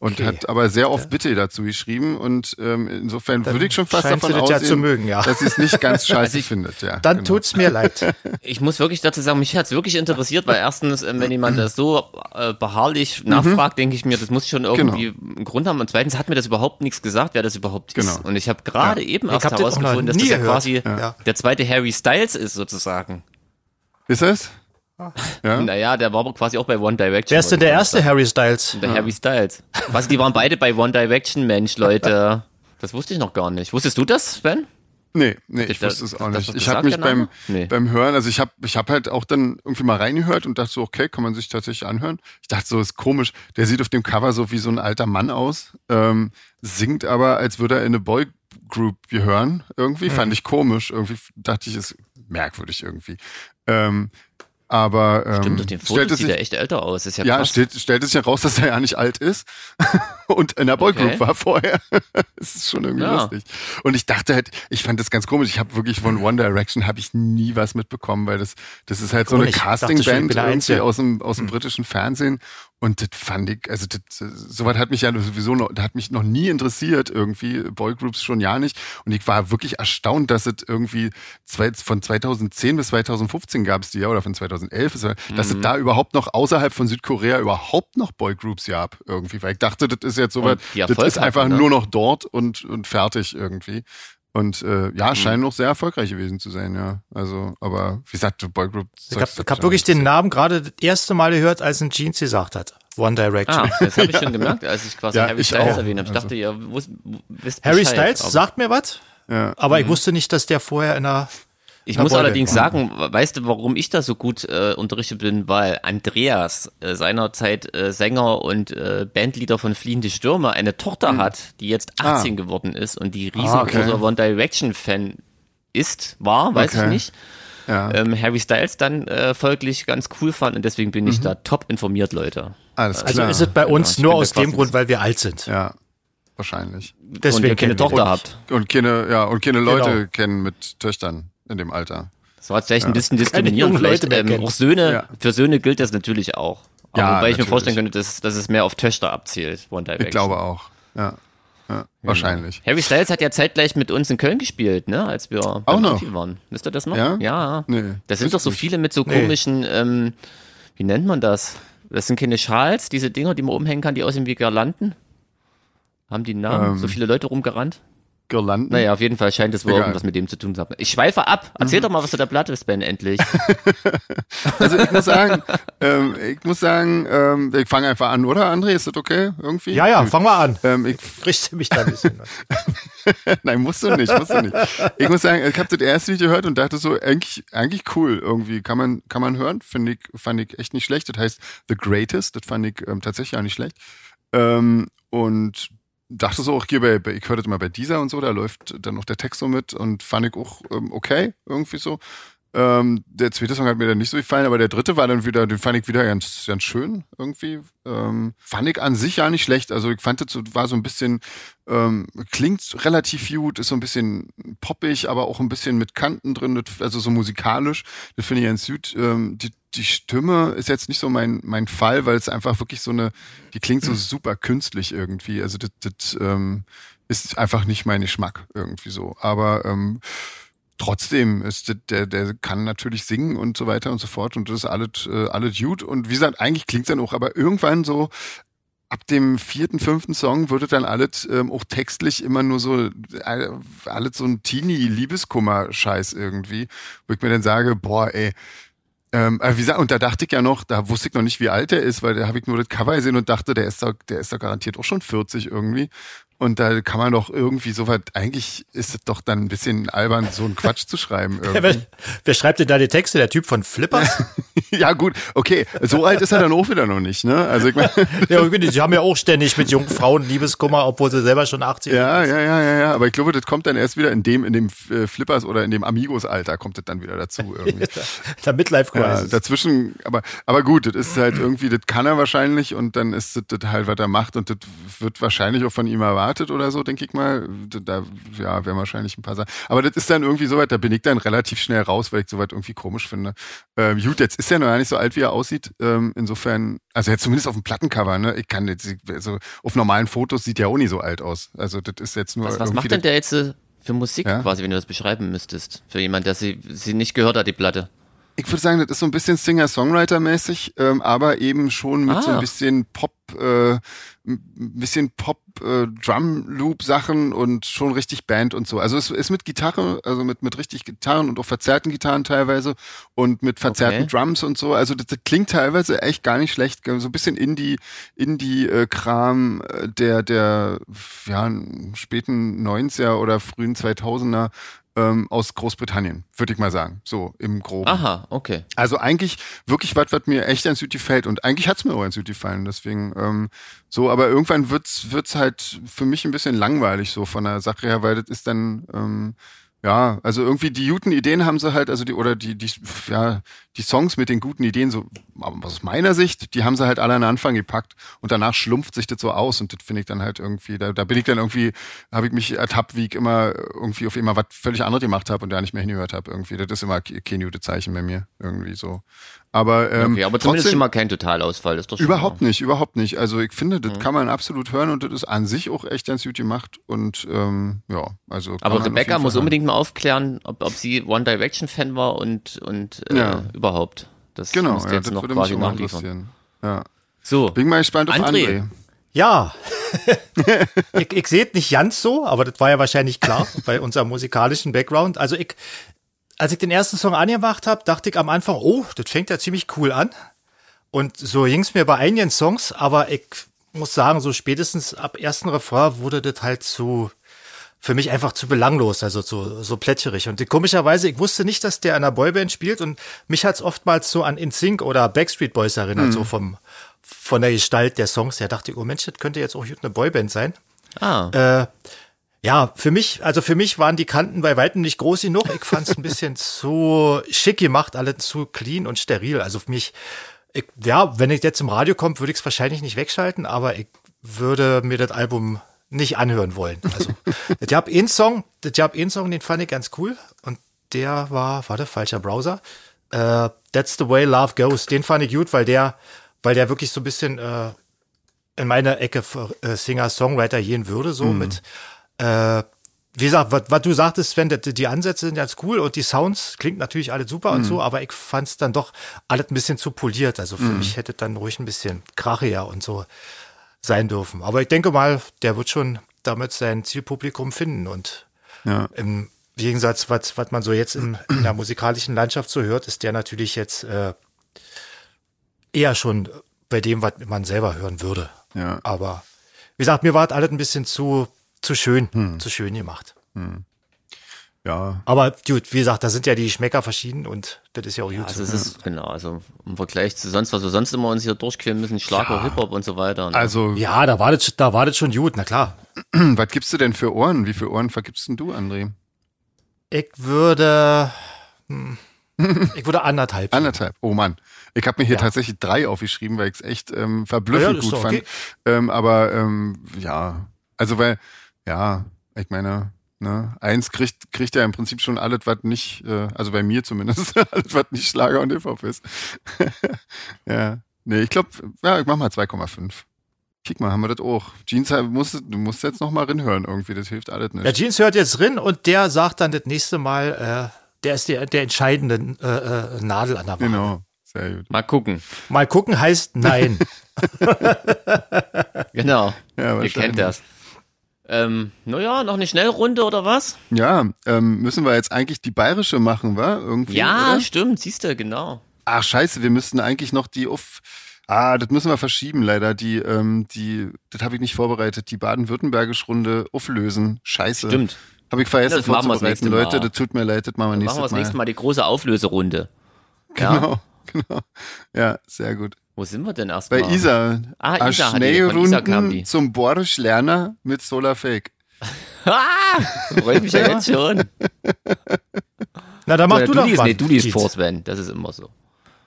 Speaker 2: Und
Speaker 1: Okay.
Speaker 2: hat aber sehr oft Bitte dazu geschrieben und ähm, insofern
Speaker 1: Dann
Speaker 2: würde ich schon fast
Speaker 1: scheint
Speaker 2: davon
Speaker 1: sie das ja
Speaker 2: ausgehen,
Speaker 1: zu mögen, ja. Also
Speaker 2: dass sie es
Speaker 1: (laughs)
Speaker 2: nicht ganz scheiße
Speaker 3: ich-
Speaker 2: findet. Ja,
Speaker 1: Dann
Speaker 2: genau.
Speaker 1: tut's mir leid.
Speaker 3: Ich muss wirklich dazu sagen, mich hat's wirklich interessiert, weil erstens, ähm, wenn jemand das so äh,
Speaker 2: Mhm.
Speaker 3: beharrlich nachfragt, denke ich mir, das muss schon irgendwie einen Grund haben. Und zweitens hat mir das überhaupt nichts gesagt, wer das überhaupt
Speaker 2: Genau.
Speaker 3: ist. Und ich habe gerade eben erst
Speaker 1: hab das auch noch
Speaker 3: herausgefunden, dass
Speaker 1: nie
Speaker 3: das ja
Speaker 1: gehört.
Speaker 3: quasi
Speaker 1: Ja.
Speaker 3: der zweite Harry Styles ist, sozusagen.
Speaker 2: Ist es? Ja.
Speaker 3: Naja, der war aber quasi auch bei One Direction.
Speaker 1: Wer ist denn
Speaker 3: wollte
Speaker 1: der
Speaker 3: ich mal
Speaker 1: erste Harry Styles?
Speaker 3: Der Harry Styles. Was, die waren beide bei One Direction, Mensch, Leute. (laughs) Das wusste ich noch gar nicht. Wusstest du das,
Speaker 2: Ähm,
Speaker 3: Sven?
Speaker 2: Nee, nee, ich
Speaker 3: da-
Speaker 2: wusste es auch
Speaker 3: das
Speaker 2: nicht.
Speaker 3: was
Speaker 2: Ich
Speaker 3: gesagt,
Speaker 2: habe mich
Speaker 3: der Name?
Speaker 2: beim,
Speaker 3: Nee.
Speaker 2: beim Hören, also ich habe ich hab halt auch dann irgendwie mal reingehört und dachte so, okay, kann man sich tatsächlich anhören. Ich dachte so, ist komisch, der sieht auf dem Cover so wie so ein alter Mann aus, ähm, singt aber, als würde er in eine Boygroup gehören. Irgendwie
Speaker 3: Mhm.
Speaker 2: fand ich komisch, irgendwie dachte ich, ist merkwürdig irgendwie. Ähm, aber ähm,
Speaker 3: Stimmt, durch den
Speaker 2: stellte
Speaker 3: Fotos sieht
Speaker 2: sich-
Speaker 3: er echt älter aus. Ist ja,
Speaker 2: ja,
Speaker 3: krass.
Speaker 2: stellt, stellt sich ja raus, dass er ja nicht alt ist (laughs) und in der Boygroup
Speaker 3: Okay.
Speaker 2: war vorher. (laughs) das ist schon irgendwie
Speaker 3: Ja.
Speaker 2: lustig. Und ich dachte halt, ich fand das ganz komisch. Ich habe wirklich von One Direction habe ich nie was mitbekommen, weil das das ist halt so
Speaker 1: Auch
Speaker 2: eine
Speaker 1: nicht. Ich dachte schon, ich bin
Speaker 2: Castingband
Speaker 1: der
Speaker 2: irgendwie
Speaker 1: Einzige.
Speaker 2: aus dem aus dem
Speaker 3: Mhm.
Speaker 2: britischen Fernsehen. Und das fand ich, also das, soweit hat mich ja sowieso noch, hat mich noch nie interessiert irgendwie, Boygroups schon ja nicht. Und ich war wirklich erstaunt, dass es irgendwie zwei, von 2010 bis 2015 gab es die ja, oder von 2011, bis- dass
Speaker 3: Mhm.
Speaker 2: es da überhaupt noch außerhalb von Südkorea überhaupt noch Boygroups gab irgendwie. Weil ich dachte, das ist jetzt so weit,
Speaker 3: die
Speaker 2: das
Speaker 3: Erfolg
Speaker 2: ist einfach
Speaker 3: hatten, ne?
Speaker 2: nur noch dort und, und fertig irgendwie. Und äh,
Speaker 3: Mhm.
Speaker 2: ja, scheinen noch sehr erfolgreich gewesen zu sein, ja. Also, aber wie gesagt, Boygroup.
Speaker 1: Ich hab, ich hab wirklich den Namen gerade das erste Mal gehört, als ein Jeans gesagt hat. One Direction.
Speaker 3: Ah, das
Speaker 2: (laughs)
Speaker 3: habe ich schon gemerkt, als ich quasi
Speaker 2: Ja,
Speaker 3: Harry
Speaker 2: ich
Speaker 3: Styles
Speaker 2: auch.
Speaker 3: erwähnt habe. Ich
Speaker 2: Also-
Speaker 3: dachte, ihr wusst, wisst
Speaker 1: Harry
Speaker 3: Bescheid,
Speaker 1: Styles
Speaker 3: aber- Mhm.
Speaker 1: sagt mir was,
Speaker 2: Ja.
Speaker 1: aber ich wusste nicht, dass der vorher in einer.
Speaker 3: Ich
Speaker 1: Na,
Speaker 3: muss
Speaker 1: Boyband,
Speaker 3: allerdings
Speaker 1: ja.
Speaker 3: sagen, weißt du, warum ich da so gut äh, unterrichtet bin? Weil Andreas, äh, seinerzeit äh, Sänger und äh, Bandleader von Fliehende Stürme, eine Tochter hat, die jetzt 18 geworden ist und die riesengroßer
Speaker 2: okay.
Speaker 3: One Direction-Fan ist, war, weiß
Speaker 2: Okay.
Speaker 3: ich nicht.
Speaker 2: Ja.
Speaker 3: Ähm, Harry Styles dann äh, folglich ganz cool fand und deswegen bin ich da top informiert, Leute.
Speaker 2: Alles
Speaker 1: Also
Speaker 2: klar.
Speaker 1: ist es bei uns
Speaker 3: ich
Speaker 1: nur
Speaker 3: bin
Speaker 1: aus
Speaker 3: da quasi
Speaker 1: dem Grund, weil wir alt sind.
Speaker 2: ja, wahrscheinlich.
Speaker 3: und ihr
Speaker 1: Deswegen
Speaker 3: keine
Speaker 1: kennen wir
Speaker 3: Tochter
Speaker 1: den.
Speaker 3: habt.
Speaker 2: Und keine, ja, und keine Leute
Speaker 1: Genau.
Speaker 2: kennen mit Töchtern in dem Alter.
Speaker 3: Das war jetzt vielleicht ein bisschen
Speaker 1: jungen
Speaker 3: diskriminierend.
Speaker 1: Leute
Speaker 3: Vielleicht
Speaker 1: mehr
Speaker 3: ähm,
Speaker 1: kennen.
Speaker 3: auch Söhne,
Speaker 2: Ja.
Speaker 3: für Söhne gilt das natürlich auch. Aber
Speaker 2: Ja,
Speaker 3: wobei ich mir
Speaker 2: natürlich.
Speaker 3: vorstellen könnte, dass, dass es mehr auf Töchter abzielt, One Direction.
Speaker 2: Ich glaube auch. Ja. ja. Wahrscheinlich.
Speaker 3: Harry Styles hat ja zeitgleich mit uns in Köln gespielt, ne? Als wir beim
Speaker 2: noch.
Speaker 3: Abi waren. Wisst ihr das noch?
Speaker 2: Ja?
Speaker 3: ja.
Speaker 2: Nee,
Speaker 3: Das sind doch so
Speaker 2: nicht.
Speaker 3: viele mit so
Speaker 1: Nee.
Speaker 3: komischen, ähm, wie nennt man das? Das sind keine Schals, diese Dinger, die man umhängen kann, die aussehen wie Girlanden. Haben die einen Namen?
Speaker 2: Ähm.
Speaker 3: so viele Leute rumgerannt?
Speaker 2: Girlanden.
Speaker 3: Naja, auf jeden Fall scheint es wohl
Speaker 2: Egal. Mhm.
Speaker 3: irgendwas mit dem zu tun zu haben. Ich schweife ab. Erzähl doch mal was zu der Platte, Ben, endlich.
Speaker 2: Also ich muss sagen, ähm, ich muss sagen, ähm, ich fange einfach an, oder André? Ist das okay? Irgendwie?
Speaker 1: Ja, ja, fangen wir an.
Speaker 2: Ähm, ich,
Speaker 1: Richte mich da ein bisschen.
Speaker 2: (laughs) nein, musst du nicht, musst du nicht. Ich muss sagen, ich habe das erste Lied gehört und dachte so, eigentlich, eigentlich cool irgendwie. Kann man, kann man hören, finde ich, fand ich echt nicht schlecht. Das heißt The Greatest, das fand ich ähm, tatsächlich auch nicht schlecht. Ähm, und dachte so auch hier bei, bei ich hörte immer bei dieser und so, da läuft dann noch der Text so mit und fand ich auch ähm, okay, irgendwie so. Ähm, der zweite Song hat mir dann nicht so gefallen, aber der dritte war dann wieder, den fand ich wieder ganz, ganz schön irgendwie. Ähm, fand ich an sich ja nicht schlecht. Also ich fand das so, war so ein bisschen, ähm, klingt relativ gut, ist so ein bisschen poppig, aber auch ein bisschen mit Kanten drin, das- also so musikalisch. Das finde ich ganz gut. Ähm, die, die Stimme ist jetzt nicht so mein, mein Fall, weil es einfach wirklich so eine, die klingt so super künstlich irgendwie. Also das, das ähm, ist einfach nicht mein Geschmack irgendwie so. Aber ähm, trotzdem ist das- der, der kann natürlich singen und so weiter und so fort und das ist alles, äh, alles gut. Und wie gesagt, eigentlich klingt's dann auch, aber irgendwann so ab dem vierten, fünften Song würde dann alles ähm, auch textlich immer nur so, äh, alles so ein Teenie-Liebeskummer-Scheiß irgendwie, wo ich mir dann sage, boah, ey, ähm, äh, wie gesagt, und da dachte ich ja noch, da wusste ich noch nicht, wie alt er ist, weil da habe ich nur das Cover gesehen und dachte, der ist da, der ist da garantiert auch schon 40 irgendwie. Und da kann man doch irgendwie so weit, eigentlich ist es doch dann ein bisschen albern, so einen Quatsch zu schreiben.
Speaker 1: (laughs) wer,
Speaker 2: Irgendwie.
Speaker 1: wer schreibt denn da die Texte? Der Typ von (laughs) Flippers?
Speaker 2: ja, gut, okay. So alt ist er dann auch wieder noch nicht, ne? Also ich meine.
Speaker 1: (laughs) ja, ich bin- sie haben ja auch ständig mit jungen Frauen Liebeskummer, obwohl sie selber schon 80
Speaker 2: Ja, ja, ja, ja, ja. Aber ich glaube, das kommt dann erst wieder in dem, in dem äh, Flippers oder in dem Amigos-Alter kommt das dann wieder dazu irgendwie.
Speaker 1: Der
Speaker 2: Ja, also
Speaker 1: Midlife-Crisis.
Speaker 2: dazwischen, aber, aber gut, das ist halt irgendwie, das kann er wahrscheinlich und dann ist das, das halt, was er macht und das wird wahrscheinlich auch von ihm erwartet oder so, denke ich mal. Da, ja, wären wahrscheinlich ein paar Sachen. Aber das ist dann irgendwie soweit, da bin ich dann relativ schnell raus, weil ich soweit irgendwie komisch finde. Ähm, gut, jetzt ist er noch gar nicht so alt, wie er aussieht. Ähm, insofern, also jetzt zumindest auf dem Plattencover, ne? Ich kann jetzt, also auf normalen Fotos sieht er auch nie so alt aus. Also das ist jetzt nur
Speaker 3: Was, was
Speaker 2: irgendwie
Speaker 3: macht
Speaker 2: das-
Speaker 3: denn der jetzt äh, für Musik
Speaker 2: Ja?
Speaker 3: quasi, wenn du das beschreiben müsstest? Für jemand, der sie, sie nicht gehört hat, die Platte.
Speaker 2: Ich würde sagen, das ist so ein bisschen Singer-Songwriter-mäßig, ähm, aber eben schon mit so ein
Speaker 3: Ah.
Speaker 2: bisschen Pop, äh, ein bisschen Pop, äh, Drum-Loop-Sachen und schon richtig Band und so. Also es ist mit Gitarre, also mit, mit richtig Gitarren und auch verzerrten Gitarren teilweise und mit verzerrten
Speaker 3: Okay.
Speaker 2: Drums und so. Also das, das klingt teilweise echt gar nicht schlecht. So ein bisschen Indie, Indie-Kram äh, der, der ja, späten 90er oder frühen 2000er. Ähm, aus Großbritannien, würde ich mal sagen. So im Groben.
Speaker 3: Aha, okay.
Speaker 2: Also eigentlich wirklich was, was mir echt an Süd gefällt. Und eigentlich hat's mir auch an Süd gefallen. Deswegen ähm, so, aber irgendwann wird's wird's halt für mich ein bisschen langweilig so von der Sache her, weil das ist dann ähm, ja, also irgendwie die guten Ideen haben sie halt, also die oder die die ja die Songs mit den guten Ideen so aus meiner Sicht, die haben sie halt alle an den Anfang gepackt und danach schlumpft sich das so aus und das finde ich dann halt irgendwie, da, da bin ich dann irgendwie, habe ich mich ertappt, wie ich immer irgendwie auf immer was völlig anderes gemacht habe und da nicht mehr hingehört habe irgendwie. Das ist immer ke- kein gutes Zeichen bei mir irgendwie so. Aber ähm,
Speaker 3: Okay, aber zumindest
Speaker 2: trotzdem-
Speaker 3: schon mal kein Totalausfall. Das ist doch schon
Speaker 2: Überhaupt nicht, überhaupt nicht. Also ich finde,
Speaker 3: Mhm.
Speaker 2: das kann man absolut hören und das ist an sich auch echt ganz gut gemacht und ähm, ja, also. kann man
Speaker 3: Aber
Speaker 2: auf
Speaker 3: Rebecca
Speaker 2: jeden Fall
Speaker 3: muss
Speaker 2: hören.
Speaker 3: unbedingt mal aufklären, ob, ob sie One Direction Fan war und, und äh,
Speaker 2: Ja.
Speaker 3: überhaupt. Das
Speaker 2: Genau,
Speaker 3: müsst ihr
Speaker 2: ja,
Speaker 3: jetzt
Speaker 2: das
Speaker 3: noch
Speaker 2: würde
Speaker 3: quasi
Speaker 2: mich auch mal
Speaker 3: nachliefern.
Speaker 2: interessieren. Ja.
Speaker 3: So,
Speaker 2: Bin mal gespannt auf André.
Speaker 3: André.
Speaker 1: Ja. (laughs) ich ich sehe es nicht ganz so, aber das war ja wahrscheinlich (laughs) klar bei unserem musikalischen Background. Also ich, als ich den ersten Song angemacht habe, dachte ich am Anfang, oh, das fängt ja ziemlich cool an. Und so ging's mir bei einigen Songs, aber ich muss sagen, so spätestens ab ersten Refrain wurde das halt zu, für mich einfach zu belanglos, also zu, so plätscherig. Und komischerweise, ich wusste nicht, dass der in einer Boyband spielt und mich hat's oftmals so an InSync oder Backstreet Boys erinnert, so vom, von der Gestalt der Songs her. Dachte ich, oh Mensch, das könnte jetzt auch gut eine Boyband sein.
Speaker 3: ah,
Speaker 1: Äh, ja, für mich, also für mich waren die Kanten bei weitem nicht groß genug. Ich fand's ein bisschen (laughs) zu schick gemacht, alle zu clean und steril. Also für mich, ich, ja, wenn ich jetzt zum Radio kommt, würde ich es wahrscheinlich nicht wegschalten, aber ich würde mir das Album nicht anhören wollen. Also, ich habe einen Song, ich habe einen Song, den fand ich ganz cool und der war, warte, falscher Browser. Äh, That's the way love goes. Den fand ich gut, weil der, weil der wirklich so ein bisschen äh, in meiner Ecke für, äh, Singer-Songwriter gehen würde, so mit äh, wie gesagt, was, was du sagtest, Sven, die, die Ansätze sind ganz cool und die Sounds klingt natürlich alle super
Speaker 2: Mhm.
Speaker 1: und so, aber ich fand es dann doch alles ein bisschen zu poliert. Also
Speaker 2: Mhm.
Speaker 1: für mich hätte dann ruhig ein bisschen krachiger und so sein dürfen. Aber ich denke mal, der wird schon damit sein Zielpublikum finden und
Speaker 2: Ja.
Speaker 1: im Gegensatz, was, was man so jetzt in, in der musikalischen Landschaft so hört, ist der natürlich jetzt äh, eher schon bei dem, was man selber hören würde.
Speaker 2: Ja.
Speaker 1: Aber wie gesagt, mir war das alles ein bisschen zu, zu schön,
Speaker 2: Mhm.
Speaker 1: zu schön gemacht.
Speaker 2: Ja.
Speaker 1: Aber gut, wie gesagt, da sind ja die Schmecker verschieden und das ist ja auch gut.
Speaker 3: Also es ist, genau, also im Vergleich zu sonst, was wir sonst immer uns hier durchqueren müssen, Schlager, Hip-Hop und so weiter. ne?
Speaker 2: Also,
Speaker 1: ja, da war, das, da war das schon gut, na klar.
Speaker 2: was gibst du denn für Ohren? Wie viele Ohren vergibst denn du, André?
Speaker 1: Ich würde. (laughs) Hm, ich würde anderthalb.
Speaker 2: Anderthalb. Oh Mann. Ich habe mir hier tatsächlich drei aufgeschrieben, weil ich es echt ähm, verblüffend
Speaker 1: Ja, ist
Speaker 2: gut
Speaker 1: doch
Speaker 2: fand.
Speaker 1: okay.
Speaker 2: Ähm, aber ähm, ja, also weil, ja, ich meine, ne, eins kriegt, kriegt ja im Prinzip schon alles, was nicht, äh, also bei mir zumindest, (laughs) alles, was nicht Schlager und Hip-Hop ist. (laughs) ja. Nee, ich glaube, ja, ich mach mal 2,5. Kick mal, haben wir das auch. Jeans, äh, musst, du- du musst jetzt noch mal reinhören irgendwie, das hilft alles nicht.
Speaker 1: Der Jeans hört jetzt rin und der sagt dann das nächste Mal, äh, der ist der, der entscheidende äh, äh, Nadel an der Wand.
Speaker 2: genau, sehr gut.
Speaker 3: Mal gucken.
Speaker 1: Mal gucken heißt (laughs) nein.
Speaker 2: Ja,
Speaker 3: Genau. Ihr
Speaker 2: wahrscheinlich.
Speaker 3: kennt das. Ähm, naja, noch eine Schnellrunde oder was?
Speaker 2: Ja, ähm, müssen wir jetzt eigentlich die bayerische machen, wa? Irgendwie,
Speaker 3: Ja,
Speaker 2: oder?
Speaker 3: stimmt, siehst du, genau.
Speaker 2: Ach, scheiße, wir müssten eigentlich noch die auf. Ah, das müssen wir verschieben, leider. Die, ähm, die, das habe ich nicht vorbereitet. Die baden-württembergische Runde auflösen. Scheiße.
Speaker 3: Stimmt.
Speaker 2: Habe ich vergessen
Speaker 3: Das machen wir das
Speaker 2: vorzubereiten.
Speaker 3: nächste Mal.
Speaker 2: Leute, das tut mir leid, das machen wir nächstes
Speaker 3: Machen wir das
Speaker 2: Mal.
Speaker 3: nächste Mal die große Auflöserunde. Ja.
Speaker 2: Genau, (laughs) genau. Ja, sehr gut.
Speaker 3: Wo sind wir denn erstmal?
Speaker 2: Bei Isa.
Speaker 3: Ah,
Speaker 2: a
Speaker 3: Isa hat die, von Isa kam
Speaker 2: Schneerunden
Speaker 3: die.
Speaker 2: zum Borsch Lerner mit Solar Fake.
Speaker 3: Ah, freue mich ja jetzt schon.
Speaker 1: Na, dann mach
Speaker 3: Oder
Speaker 1: du, doch
Speaker 3: liest,
Speaker 1: was.
Speaker 3: nee, du liest
Speaker 1: Jeans.
Speaker 3: vor, Sven. Das ist immer so.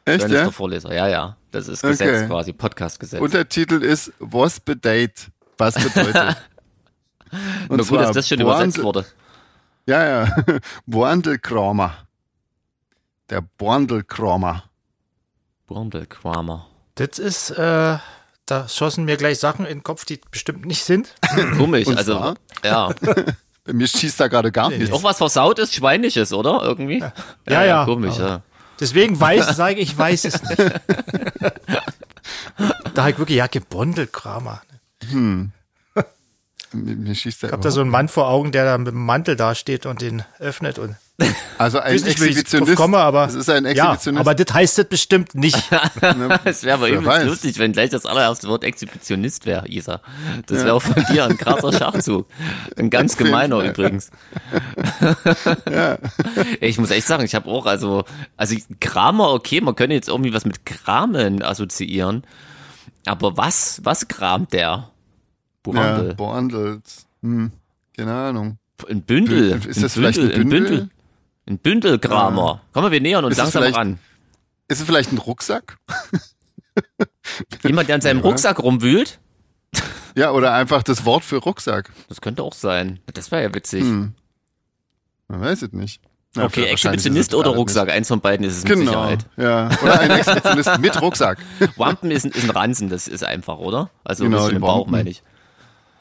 Speaker 2: Echt,
Speaker 3: Sven ist
Speaker 2: ja?
Speaker 3: der Vorleser. Ja, ja. Das ist
Speaker 2: Okay.
Speaker 3: Gesetz quasi, Podcast-Gesetz.
Speaker 2: Untertitel ist Was bedeutet? Was
Speaker 3: (laughs)
Speaker 2: bedeutet? Und
Speaker 3: Nur gut, dass das schon übersetzt
Speaker 2: Borndl-
Speaker 3: wurde.
Speaker 2: Ja, ja. (laughs) Borndelkramer. Der Borndelkramer. (clears throat)
Speaker 3: Borndelkramer.
Speaker 1: Das ist, äh, da schossen mir gleich Sachen in den Kopf, die bestimmt nicht sind.
Speaker 3: Komisch,
Speaker 2: Und
Speaker 3: also,
Speaker 2: zwar?
Speaker 3: ja.
Speaker 2: Bei mir schießt da gerade gar nichts.
Speaker 3: Auch was versautes, schweinisches, oder? Irgendwie? Ja,
Speaker 1: Ja, ja.
Speaker 3: Komisch,
Speaker 1: Aber-
Speaker 3: ja.
Speaker 1: Deswegen weiß, sage ich, weiß es (laughs) nicht. da hab ich wirklich, ja, Gebondelkramer.
Speaker 2: Mir, mir schießt da
Speaker 1: Ich hab da so einen Mann vor Augen, der da mit dem Mantel dasteht und den öffnet und
Speaker 2: überhaupt- Also ein
Speaker 1: ich weiß nicht, wie ich drauf
Speaker 2: Exhibitionist.
Speaker 1: komme, aber
Speaker 2: das ist ein
Speaker 1: ja,
Speaker 2: Exhibitionist.
Speaker 1: aber das heißt das bestimmt
Speaker 2: (laughs)
Speaker 1: nicht.
Speaker 3: Es wäre aber
Speaker 2: Wer
Speaker 3: übelst
Speaker 2: weiß.
Speaker 3: lustig, wenn gleich das allererste Wort Exhibitionist wäre, Isa. Das wäre auch von dir ein krasser Schachzug.
Speaker 2: (laughs)
Speaker 3: Ein ganz
Speaker 2: jeden
Speaker 3: gemeiner
Speaker 2: Fall.
Speaker 3: übrigens. Ich muss echt sagen, ich habe auch, also, also Kramer, okay, man könnte jetzt irgendwie was mit Kramen assoziieren. Aber was, was kramt der?
Speaker 2: ja,
Speaker 3: Buhandel.
Speaker 2: Borndels. Hm, keine Ahnung.
Speaker 3: ein Bündel.
Speaker 2: Bü- ist das vielleicht ein Bündel?
Speaker 3: Ein Bündel Kramer. Komm mal, wir nähern uns
Speaker 2: Ist das
Speaker 3: langsam
Speaker 2: vielleicht-
Speaker 3: ran.
Speaker 2: Ist es vielleicht ein Rucksack?
Speaker 3: Jemand, der an seinem
Speaker 2: Ja.
Speaker 3: Rucksack rumwühlt?
Speaker 2: Ja, oder einfach das Wort für Rucksack.
Speaker 3: Das könnte auch sein. Das wäre ja witzig.
Speaker 2: Hm. Man weiß es nicht. Na,
Speaker 3: Okay,
Speaker 2: wahrscheinlich ist
Speaker 3: Exhibitionist
Speaker 2: es
Speaker 3: oder
Speaker 2: alles
Speaker 3: Rucksack, eins von beiden ist es
Speaker 2: Nicht.
Speaker 3: mit
Speaker 2: Genau.
Speaker 3: Sicherheit.
Speaker 2: Ja. Oder ein Exhibitionist mit
Speaker 3: (laughs)
Speaker 2: Rucksack.
Speaker 3: Wampen ist, ein- ist ein Ranzen, das ist einfach, oder? Also
Speaker 2: Genau,
Speaker 3: genau,
Speaker 2: die
Speaker 3: den Bauch
Speaker 2: Wampen.
Speaker 3: meine ich.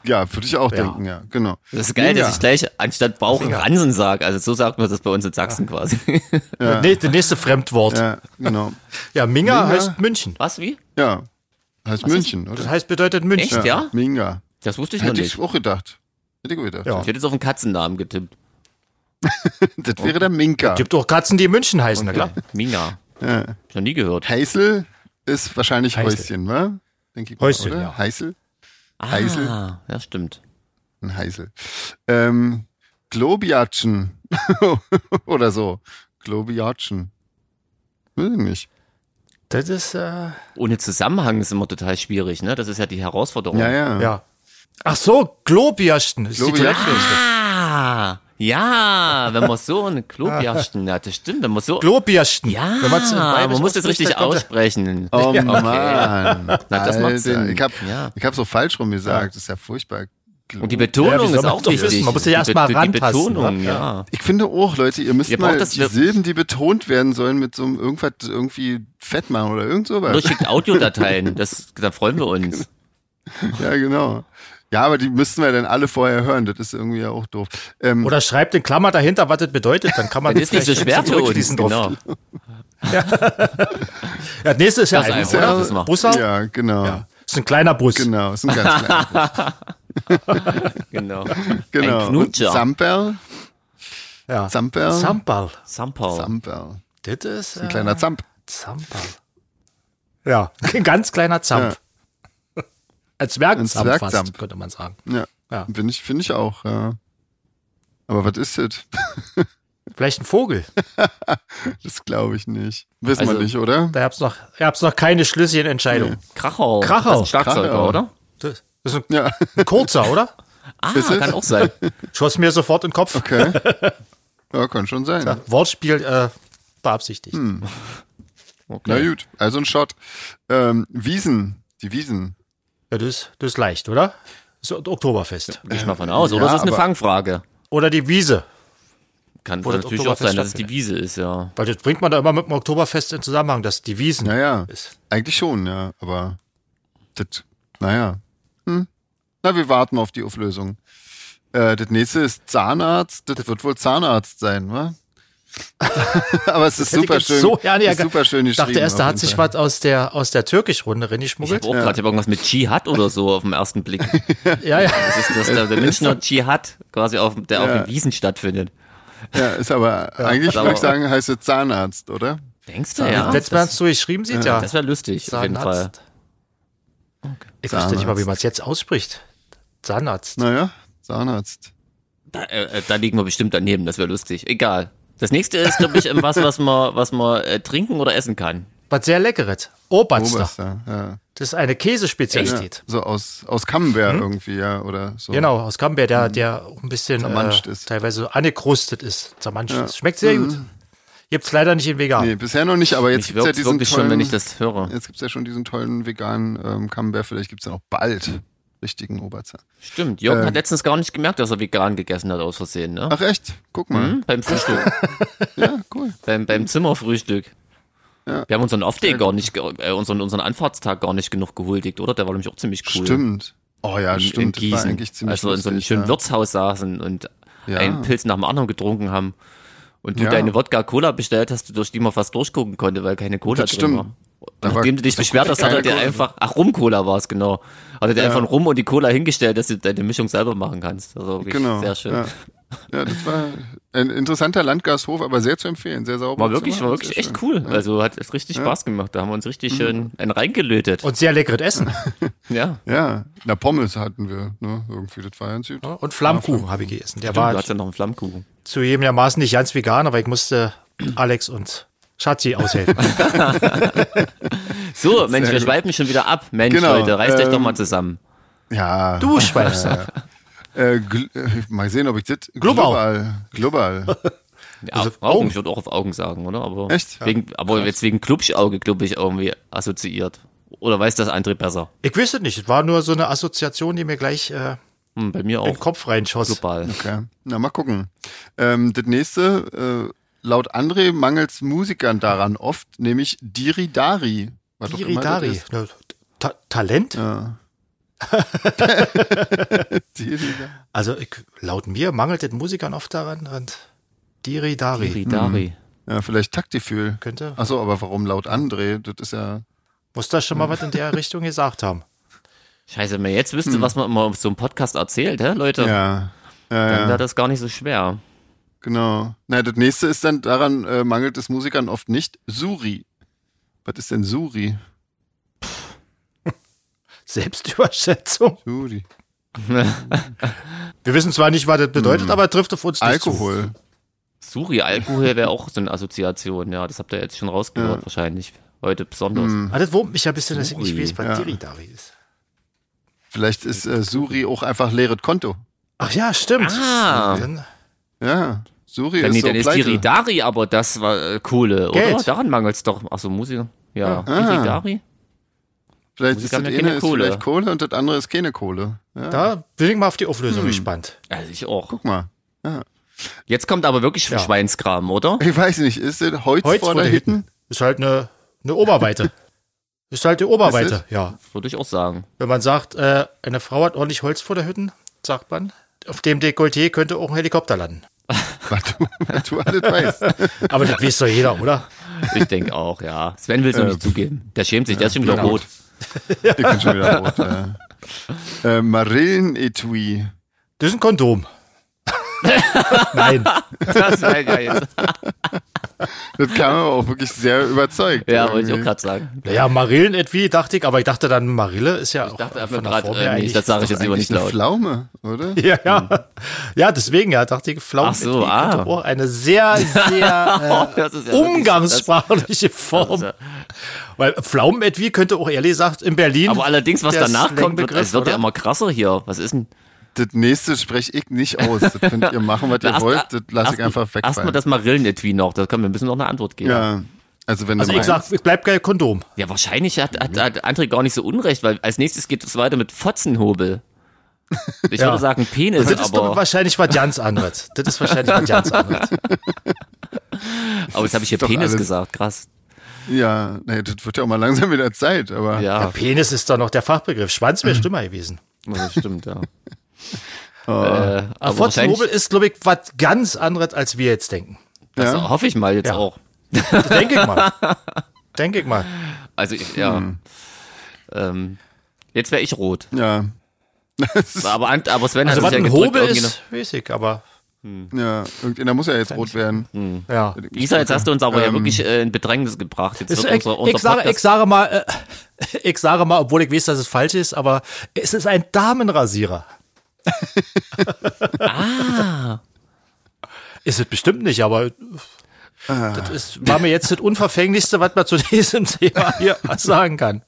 Speaker 2: Ja, würde ich auch
Speaker 1: Ja.
Speaker 2: denken, ja, genau.
Speaker 3: Das ist geil,
Speaker 2: ja.
Speaker 3: dass ich gleich anstatt Bauch Ransen sage. Also so sagt man das bei uns in Sachsen quasi. (laughs)
Speaker 1: Nee, das nächste Fremdwort. Ja,
Speaker 2: Ja, genau.
Speaker 1: Minga,
Speaker 2: Minga.
Speaker 1: heißt München.
Speaker 3: Was, wie?
Speaker 2: Ja. Heißt München,
Speaker 1: Das
Speaker 2: oder?
Speaker 1: heißt bedeutet München.
Speaker 3: Echt? ja?
Speaker 2: Minga.
Speaker 3: Das wusste ich noch
Speaker 2: Hätte
Speaker 3: nicht.
Speaker 2: ich auch gedacht. Hätte ich auch gedacht.
Speaker 1: Ja.
Speaker 3: Ich hätte jetzt auf einen Katzennamen getippt.
Speaker 2: Das wäre der Minka.
Speaker 1: Gibt auch Katzen, die München heißen, na klar.
Speaker 3: Minga.
Speaker 2: Ja.
Speaker 3: Hab ich noch nie gehört.
Speaker 2: Heisel ist wahrscheinlich
Speaker 1: Heißel.
Speaker 2: Häuschen, wa? Denke ich
Speaker 1: Häuschen,
Speaker 2: mal, oder?
Speaker 1: ja.
Speaker 2: Heißel? Heisel?
Speaker 3: Ah, ja, stimmt.
Speaker 2: Ein Heisel. Ähm, Globiatschen. (laughs) oder so. Globiatschen. Will ich nicht.
Speaker 1: Das ist, äh,
Speaker 3: Ohne Zusammenhang ist immer total schwierig, ne? Das ist ja die Herausforderung.
Speaker 2: Ja, ja.
Speaker 1: ja. Ach so, Globiasten ist die
Speaker 2: Globiatschen.
Speaker 1: korrekte.
Speaker 3: Ah, ja, wenn man so einen
Speaker 2: (laughs)
Speaker 3: Klobiasten hat, das stimmt, wenn man so.
Speaker 1: Globiasten.
Speaker 3: ja,
Speaker 1: Wenn man's in Bayerisch
Speaker 3: man muss das
Speaker 1: ausspricht,
Speaker 3: richtig
Speaker 1: dann kommt-
Speaker 3: aussprechen. (laughs)
Speaker 2: Oh Mann.
Speaker 3: Na, das macht
Speaker 2: Alter,
Speaker 3: Sinn.
Speaker 2: Ich habe
Speaker 3: Ja.
Speaker 2: ich hab so falsch rum gesagt. Das ist ja furchtbar.
Speaker 3: Und die Betonung
Speaker 1: Ja, wie soll
Speaker 3: ist
Speaker 1: man
Speaker 3: auch
Speaker 1: doch
Speaker 3: wichtig.
Speaker 1: wissen? Man muss sich erst
Speaker 3: Die Be-
Speaker 1: mal
Speaker 3: die
Speaker 1: rantasten,
Speaker 3: Betonung,
Speaker 1: ne?
Speaker 3: ja.
Speaker 2: Ich finde auch, Leute, ihr müsst
Speaker 3: Ihr braucht
Speaker 2: mal
Speaker 3: das-
Speaker 2: die Silben, die betont werden sollen, mit so einem irgendwas irgendwie fett machen
Speaker 3: Also
Speaker 2: oder irgend sowas.
Speaker 3: Nur schickt Audiodateien, das, da freuen wir uns.
Speaker 2: Ja, genau. Ja, aber die müssten wir dann alle vorher hören. Das ist irgendwie ja auch doof. Ähm,
Speaker 1: Oder schreibt in Klammer dahinter, was das bedeutet, dann kann man
Speaker 3: (laughs) Das ist nicht so
Speaker 1: vielleicht
Speaker 3: schwer für uns.
Speaker 1: zurückschließen drauf.
Speaker 3: Genau.
Speaker 1: Ja, das nächste ist ja
Speaker 3: Das
Speaker 1: ein,
Speaker 3: ist ein-
Speaker 1: oder?
Speaker 3: das machen wir.
Speaker 1: Bussau? Ja.
Speaker 2: ja, genau.
Speaker 1: Ist ein kleiner Bus.
Speaker 2: Genau, ist ein ganz
Speaker 3: (laughs)
Speaker 2: kleiner.
Speaker 1: (laughs)
Speaker 3: genau.
Speaker 2: Genau.
Speaker 3: Ein
Speaker 2: Und
Speaker 3: Knutscher.
Speaker 2: Zamperl,
Speaker 1: Ja.
Speaker 2: Zamperl,
Speaker 1: Zampal.
Speaker 3: Sampau.
Speaker 2: Zamperl.
Speaker 1: Das ist
Speaker 2: Ein
Speaker 1: äh,
Speaker 2: kleiner Zamp.
Speaker 1: Zampal. Ja, ein ganz kleiner Zamp. Ein Zwergzamp
Speaker 2: Ein
Speaker 1: fast,
Speaker 2: Zwergzamp.
Speaker 1: könnte man sagen.
Speaker 2: Ja,
Speaker 1: Ja.
Speaker 2: finde ich, finde ich auch. Ja. Aber was ist das? (laughs)
Speaker 1: Vielleicht ein Vogel.
Speaker 2: Das glaube ich nicht. Wissen wir
Speaker 3: Also-
Speaker 2: nicht, oder?
Speaker 1: Da gab's noch, gab's noch keine schlüssigen Entscheidungen.
Speaker 3: Krachau.
Speaker 1: Krachau.
Speaker 3: Das ist ein Schlagzeuger,
Speaker 2: Krachau.
Speaker 3: oder?
Speaker 1: Das das ist ein,
Speaker 2: Ja, (laughs)
Speaker 1: ein kurzer, oder?
Speaker 3: Ah,
Speaker 2: Ist es?
Speaker 3: kann
Speaker 1: (laughs)
Speaker 3: auch sein.
Speaker 1: Schoss mir sofort in den Kopf.
Speaker 2: okay. Ja, kann schon sein.
Speaker 1: Wortspiel äh, beabsichtigt.
Speaker 2: Hm. Na gut, also ein Shot. Ähm, Wiesen, die Wiesen.
Speaker 1: Ja, das, ist- das ist leicht, oder? Das ist Oktoberfest.
Speaker 3: Gehe ich mal von aus.
Speaker 2: Ja,
Speaker 3: Oder ist das eine
Speaker 2: aber-
Speaker 3: Fangfrage?
Speaker 1: Oder die Wiese.
Speaker 3: Kann
Speaker 1: Wo das
Speaker 3: natürlich auch sein, dass es
Speaker 1: Oktoberfest
Speaker 3: die Wiese ist, ja.
Speaker 1: Weil das bringt man da immer mit dem Oktoberfest in Zusammenhang, dass die Wiesen
Speaker 2: Naja,
Speaker 1: ist.
Speaker 2: eigentlich schon, ja. Aber das, naja. Hm. Na, wir warten auf die Auflösung. Äh, das nächste ist Zahnarzt. Das wird wohl Zahnarzt sein, wa? (laughs) Aber es ist
Speaker 1: hätte ich
Speaker 2: super
Speaker 1: jetzt
Speaker 2: schön.
Speaker 1: so gerne
Speaker 2: ist
Speaker 1: erkannt.
Speaker 2: super schön
Speaker 1: Ich dachte erst, da hat sich was aus der, aus der Türkisch-Runde
Speaker 3: Ich
Speaker 1: reingeschmuggelt.
Speaker 3: habe auch gerade ich hab irgendwas mit Dschihad oder so auf den ersten Blick.
Speaker 1: Ja, ja.
Speaker 3: Das ist
Speaker 1: (laughs)
Speaker 3: das, der, der Münchner Dschihad quasi auf, der auf
Speaker 2: Ja.
Speaker 3: den Wiesen stattfindet.
Speaker 2: Ja, ist aber eigentlich,
Speaker 3: aber-
Speaker 2: würde ich sagen, heißt es Zahnarzt, oder?
Speaker 3: Denkst du, ja?
Speaker 1: Letztes Mal hast du geschrieben, sieht ja.
Speaker 3: das wäre lustig, auf jeden Fall.
Speaker 1: Zahnarzt. Ich wüsste nicht mal, wie man es jetzt ausspricht. Zahnarzt.
Speaker 2: Naja, Zahnarzt.
Speaker 3: Da, äh, äh, da liegen wir bestimmt daneben, das wäre lustig. Egal. Das nächste ist, glaube ich, ähm, was, was man, was man äh, trinken oder essen kann.
Speaker 1: Was sehr Leckeres. Oberster.
Speaker 2: Oberster. Ja.
Speaker 1: Das ist eine Käsespezialität.
Speaker 2: So aus, aus Camembert
Speaker 1: Hm?
Speaker 2: irgendwie, ja, oder so.
Speaker 1: Genau, aus Camembert, der, der auch ein bisschen
Speaker 2: Zermanscht
Speaker 1: äh,
Speaker 2: ist.
Speaker 1: teilweise angekrustet ist. Zermanscht ist. Schmeckt sehr gut. Gibt's leider nicht in vegan.
Speaker 2: Nee, bisher noch nicht, aber jetzt
Speaker 3: Ah. Mich
Speaker 2: gibt's ja
Speaker 3: wirkt
Speaker 2: diesen
Speaker 3: wirklich
Speaker 2: tollen,
Speaker 3: schon, wenn ich das höre.
Speaker 2: jetzt gibt's ja schon diesen tollen veganen ähm, Camembert, vielleicht gibt's ja noch bald richtigen Oberzahn.
Speaker 3: Stimmt, Jürgen
Speaker 2: Ähm.
Speaker 3: hat letztens gar nicht gemerkt, dass er vegan gegessen hat, aus Versehen, ne?
Speaker 2: Ach echt? Guck mal.
Speaker 3: Hm? Beim Frühstück,
Speaker 2: (laughs) Ja, cool.
Speaker 3: beim, beim Zimmerfrühstück. Wir haben unseren Off-Day gar nicht, ge- äh, unseren, unseren Anfahrtstag gar nicht genug gehuldigt, oder? Der war nämlich auch ziemlich cool.
Speaker 2: Stimmt. Oh ja,
Speaker 3: In,
Speaker 2: stimmt.
Speaker 3: in
Speaker 2: Das
Speaker 3: Gießen.
Speaker 2: War eigentlich ziemlich
Speaker 3: also in so einem
Speaker 2: lustig,
Speaker 3: schönen
Speaker 2: ja.
Speaker 3: Wirtshaus saßen und
Speaker 2: Ja.
Speaker 3: einen Pilz nach dem anderen getrunken haben. Und du
Speaker 2: Ja.
Speaker 3: deine Wodka-Cola bestellt hast, durch die man fast durchgucken konnte, weil keine Cola
Speaker 2: Das
Speaker 3: drin
Speaker 2: stimmt.
Speaker 3: war.
Speaker 2: Da war-
Speaker 3: Nachdem du dich
Speaker 2: da
Speaker 3: beschwert
Speaker 2: war
Speaker 3: hast, hat er
Speaker 2: keine
Speaker 3: dir
Speaker 2: Cola.
Speaker 3: einfach, ach, Rum-Cola war es, genau. Hat er dir einfach einen Rum und die Cola hingestellt, dass du deine Mischung selber machen kannst. Also wirklich
Speaker 2: Genau.
Speaker 3: sehr schön.
Speaker 2: Ja. ja, das war ein interessanter Landgasthof, aber sehr zu empfehlen, sehr sauber.
Speaker 3: War wirklich,
Speaker 2: Zimmer,
Speaker 3: war wirklich
Speaker 2: sehr
Speaker 3: echt
Speaker 2: schön.
Speaker 3: cool. Also hat es richtig Spaß gemacht. Da haben wir uns richtig
Speaker 2: Mhm.
Speaker 3: schön einen reingelötet.
Speaker 1: Und sehr leckeres Essen.
Speaker 3: ja.
Speaker 2: Ja, na Pommes hatten wir, ne? Irgendwie, das war ja ganz gut.
Speaker 1: Und Flammkuchen habe ich gegessen. Der
Speaker 3: Stimmt, du
Speaker 1: war
Speaker 3: hast ja noch einen Flammkuchen.
Speaker 1: zugegebenermaßen nicht ganz vegan, aber ich musste Alex und Schatzi aushelfen.
Speaker 2: (laughs)
Speaker 3: So, Mensch, wir schweifen schon wieder ab. Mensch,
Speaker 2: Genau,
Speaker 3: Leute, reißt euch doch
Speaker 2: ähm,
Speaker 3: mal zusammen.
Speaker 2: Ja.
Speaker 1: Du schweifst ab.
Speaker 2: Äh, gl äh, mal sehen, ob ich das.
Speaker 1: Global.
Speaker 2: Global. Global.
Speaker 3: Ja, auf Augen. ich würde auch auf Augen sagen, oder? Aber
Speaker 2: Also Echt?
Speaker 3: Wegen, aber jetzt wegen Klubschauge, glaube ich, irgendwie assoziiert. Oder weiß das andere besser?
Speaker 1: Ich wüsste nicht, es war nur so eine Assoziation, die mir gleich äh,
Speaker 3: Hm, bei mir
Speaker 1: in den
Speaker 3: auch.
Speaker 1: Kopf reinschoss.
Speaker 3: Global.
Speaker 2: Okay. Na, mal gucken. Ähm, das nächste, äh, laut André mangels Musikern daran oft, nämlich Diridari. Was auch immer das
Speaker 1: Diridari.
Speaker 2: ist.
Speaker 1: Ne, Ta Talent? (laughs)
Speaker 2: Ja. Diridari.
Speaker 1: Also ich, laut mir mangelt den Musikern oft daran und
Speaker 2: Hm.
Speaker 1: Diridari
Speaker 3: Diridari.
Speaker 2: Ja, vielleicht Taktifühl.
Speaker 1: könnte,
Speaker 2: Achso, aber warum laut André? Das ist ja.
Speaker 1: muss da
Speaker 2: Hm.
Speaker 1: schon mal was in der
Speaker 2: (laughs)
Speaker 1: Richtung gesagt haben.
Speaker 3: Scheiße, wenn man jetzt wüsste, was man immer auf so einem Podcast erzählt, hä, Leute,
Speaker 2: Hm. Ja.
Speaker 3: dann
Speaker 2: Ja,
Speaker 3: wäre
Speaker 2: ja,
Speaker 3: das gar nicht so schwer.
Speaker 2: genau. Na, das nächste ist dann, daran äh, mangelt es Musikern oft nicht. Suri. Was ist denn Suri?
Speaker 1: Selbstüberschätzung.
Speaker 2: Suri.
Speaker 1: Wir wissen zwar nicht, was das bedeutet, aber trifft auf uns nicht
Speaker 2: Hm. Alkohol.
Speaker 3: Suri, Alkohol wäre auch so eine Assoziation, ja, das habt ihr jetzt schon rausgehört wahrscheinlich. Heute besonders.
Speaker 2: Hm.
Speaker 1: zu. Ah, das wurmt mich ja ein bisschen, dass ich nicht
Speaker 3: Suri,
Speaker 1: weiß, was
Speaker 2: ja.
Speaker 1: Diridari ist.
Speaker 2: Vielleicht ist äh, Suri auch einfach leeres Konto.
Speaker 1: Ach ja, stimmt.
Speaker 3: Ah.
Speaker 1: Dann,
Speaker 2: Ja, Suri
Speaker 3: Dann,
Speaker 2: ist
Speaker 3: nee,
Speaker 2: so
Speaker 3: dann ist
Speaker 2: pleite.
Speaker 3: Diridari aber das war äh, coole, oder?
Speaker 1: Geld.
Speaker 3: Daran mangelt es doch. Achso, Musiker. Ja,
Speaker 2: Ah.
Speaker 3: Diridari?
Speaker 2: Vielleicht
Speaker 3: Musik
Speaker 2: ist das
Speaker 3: haben
Speaker 2: eine
Speaker 3: ja keine
Speaker 2: ist
Speaker 3: Kohle.
Speaker 2: vielleicht Kohle und das andere ist keine Kohle. Ja,
Speaker 1: da bin ich mal auf die Auflösung
Speaker 2: Hm.
Speaker 1: gespannt.
Speaker 3: Also ich auch.
Speaker 2: guck mal.
Speaker 3: Jetzt kommt aber wirklich
Speaker 1: Ja.
Speaker 3: Schweinskram, oder?
Speaker 2: Ich weiß nicht, ist das
Speaker 1: Holz
Speaker 2: Holz, (laughs) vor (laughs)
Speaker 1: vor der Hütten. Ist halt eine, eine Oberweite. Ist halt die Oberweite, ja.
Speaker 3: Würde ich auch sagen.
Speaker 1: Wenn man sagt, äh, eine Frau hat ordentlich Holz vor der Hütten, sagt man, auf dem Dekolleté könnte auch ein Helikopter landen.
Speaker 2: was du, was du alles weißt.
Speaker 1: Aber das weiß doch jeder, oder?
Speaker 3: Ich denke auch, ja. Sven will es noch nicht zugeben. Der schämt sich, der ist schon wieder
Speaker 1: genau.
Speaker 3: rot.
Speaker 2: Ich bin schon wieder rot. Ja. Äh, Marillenetui.
Speaker 1: Das ist ein Kondom. Nein.
Speaker 3: Das war ja jetzt.
Speaker 2: Das kam aber auch wirklich sehr überzeugt.
Speaker 3: (laughs) Ja, wollte ich auch
Speaker 2: irgendwie.
Speaker 3: gerade sagen.
Speaker 1: Naja, Marillen etwie, dachte ich, aber ich dachte dann, Marille ist ja auch.
Speaker 3: dachte einfach
Speaker 1: von der
Speaker 3: grad,
Speaker 1: Form
Speaker 3: äh,
Speaker 1: her (laughs)
Speaker 3: nee,
Speaker 1: eigentlich-
Speaker 3: das sage ich jetzt lieber
Speaker 2: Eigentlich
Speaker 3: nicht
Speaker 2: eine
Speaker 3: laut.
Speaker 2: Pflaume, oder?
Speaker 1: Ja, ja. ja, deswegen, ja, dachte ich, Pflaumen
Speaker 3: Ach so,
Speaker 1: etwie
Speaker 3: ah.
Speaker 1: könnte auch eine sehr,
Speaker 3: (laughs)
Speaker 1: sehr
Speaker 3: Das ist
Speaker 1: äh,
Speaker 3: ja wirklich-
Speaker 1: umgangssprachliche Form.
Speaker 3: das-
Speaker 1: Weil Pflaumen etwie könnte auch ehrlich gesagt in Berlin.
Speaker 3: Aber allerdings, was
Speaker 1: der
Speaker 3: danach kommt, wird, es
Speaker 1: Slangbegriff,
Speaker 3: wird ja
Speaker 1: oder?
Speaker 3: immer krasser hier. Was ist denn?
Speaker 2: Das nächste spreche ich nicht aus. Das könnt ihr machen, was ihr
Speaker 3: Erst-
Speaker 2: wollt. Das lasse
Speaker 3: erst-
Speaker 2: ich einfach
Speaker 3: Erstmal
Speaker 2: wegfallen.
Speaker 3: das Marillenetui noch. Da können wir ein bisschen noch eine Antwort geben.
Speaker 2: Ja, also wenn
Speaker 1: also
Speaker 2: du
Speaker 1: ich
Speaker 2: meinst,
Speaker 1: sag, ich bleib kein Kondom.
Speaker 3: Ja, wahrscheinlich hat, hat, hat André gar nicht so unrecht, weil als nächstes geht es weiter mit Fotzenhobel. Ich
Speaker 1: Ja.
Speaker 3: würde sagen Penis,
Speaker 1: Das ist doch
Speaker 3: aber,
Speaker 1: wahrscheinlich was ganz anderes. Das ist wahrscheinlich was ganz anderes.
Speaker 3: aber jetzt habe ich hier
Speaker 2: ist doch
Speaker 3: Penis
Speaker 2: alles-
Speaker 3: gesagt, krass.
Speaker 2: ja, nee, das wird ja auch mal langsam wieder Zeit, aber
Speaker 1: Ja,
Speaker 3: Ja,
Speaker 1: Penis ist doch noch der Fachbegriff. Schwanz
Speaker 3: Mhm.
Speaker 1: wäre schlimmer gewesen.
Speaker 3: das stimmt, ja.
Speaker 2: oh,
Speaker 3: (laughs) Äh, aber wahrscheinlich,
Speaker 1: Fotzenhobel ist, glaube ich, was ganz anderes, als wir jetzt denken.
Speaker 3: das
Speaker 2: Ja.
Speaker 3: hoffe ich mal jetzt
Speaker 1: Ja.
Speaker 3: auch.
Speaker 1: Denke ich
Speaker 3: (laughs)
Speaker 1: mal. Denke ich mal.
Speaker 3: Also ich, ja. Ähm, jetzt wäre ich rot.
Speaker 2: ja,
Speaker 3: Aber, Ant- aber Sven
Speaker 1: Also,
Speaker 3: hat
Speaker 1: was
Speaker 3: sich ja
Speaker 1: ein
Speaker 3: gedrückt.
Speaker 1: Hobel
Speaker 3: irgendwie
Speaker 1: ist, weiß ich, aber
Speaker 2: ja, irgendeiner muss ja jetzt rot werden.
Speaker 3: Hm.
Speaker 1: ja.
Speaker 3: noch- Lisa, jetzt hast du uns aber ja
Speaker 2: Ähm,
Speaker 3: wirklich äh, in Bedrängnis gebracht. Jetzt
Speaker 1: Ist,
Speaker 3: wird
Speaker 1: ich,
Speaker 3: unser, unser
Speaker 1: ich, sage, ich
Speaker 3: Podcast,
Speaker 1: sage mal, äh, (laughs) ich sage mal, obwohl ich weiß, dass es falsch ist, aber es ist ein Damenrasierer. Ist es bestimmt nicht, aber das ist, war mir jetzt das Unverfänglichste, was man zu diesem Thema hier was sagen kann.